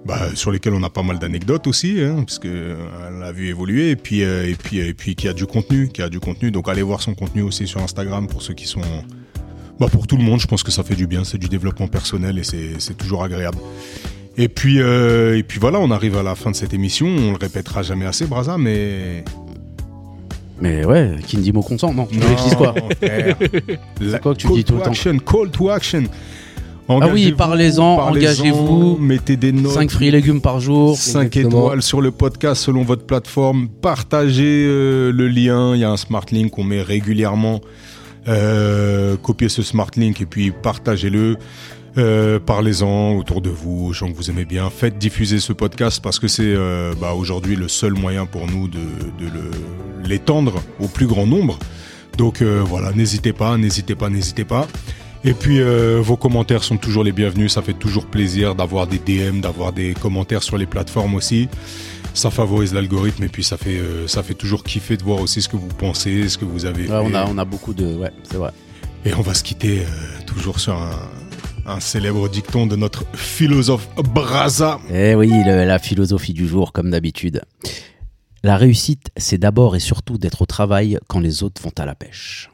Speaker 2: bah, sur lequel on a pas mal d'anecdotes aussi, hein, parce que euh, on l'a vu évoluer, et puis, euh, et, puis, et puis qui a du contenu, qui a du contenu. Donc allez voir son contenu aussi sur Instagram pour ceux qui sont. Bah, pour tout le monde, je pense que ça fait du bien, c'est du développement personnel et c'est c'est toujours agréable. Et puis, euh, et puis voilà, on arrive à la fin de cette émission. On le répétera jamais assez, Braza, mais.
Speaker 3: Mais ouais, qui ne dit mot consent, non. Tu veux
Speaker 2: Non,
Speaker 3: que je dise quoi
Speaker 2: frère. La-
Speaker 3: quoi que tu
Speaker 2: call
Speaker 3: dis tout
Speaker 2: to
Speaker 3: le temps
Speaker 2: action, Call to action.
Speaker 3: Ah oui,
Speaker 2: Engagez-vous,
Speaker 3: parlez-en,
Speaker 2: parlez-en,
Speaker 3: engagez-vous.
Speaker 2: Mettez des notes.
Speaker 3: 5 fruits et légumes par jour.
Speaker 2: 5
Speaker 4: Exactement.
Speaker 2: étoiles sur le podcast selon votre plateforme. Partagez euh, le lien. Il y a un smart link qu'on met régulièrement. Euh, copiez ce smart link et puis partagez-le. Euh, Parlez-en autour de vous, aux gens que vous aimez bien. Faites diffuser ce podcast parce que c'est euh, bah, aujourd'hui le seul moyen pour nous de, de le- l'étendre au plus grand nombre. Donc euh, voilà, n'hésitez pas, n'hésitez pas, n'hésitez pas. Et puis euh, vos commentaires sont toujours les bienvenus, ça fait toujours plaisir d'avoir des DM, d'avoir des commentaires sur les plateformes aussi. Ça favorise l'algorithme et puis ça fait euh, ça fait toujours kiffer de voir aussi ce que vous pensez, ce que vous avez.
Speaker 3: Ouais,
Speaker 2: fait.
Speaker 3: on, a, on a beaucoup de. Ouais, c'est vrai.
Speaker 2: Et on va se quitter euh, toujours sur un, un célèbre dicton de notre philosophe Braza.
Speaker 3: Eh oui, le- la philosophie du jour, comme d'habitude. La réussite, c'est d'abord et surtout d'être au travail quand les autres vont à la pêche.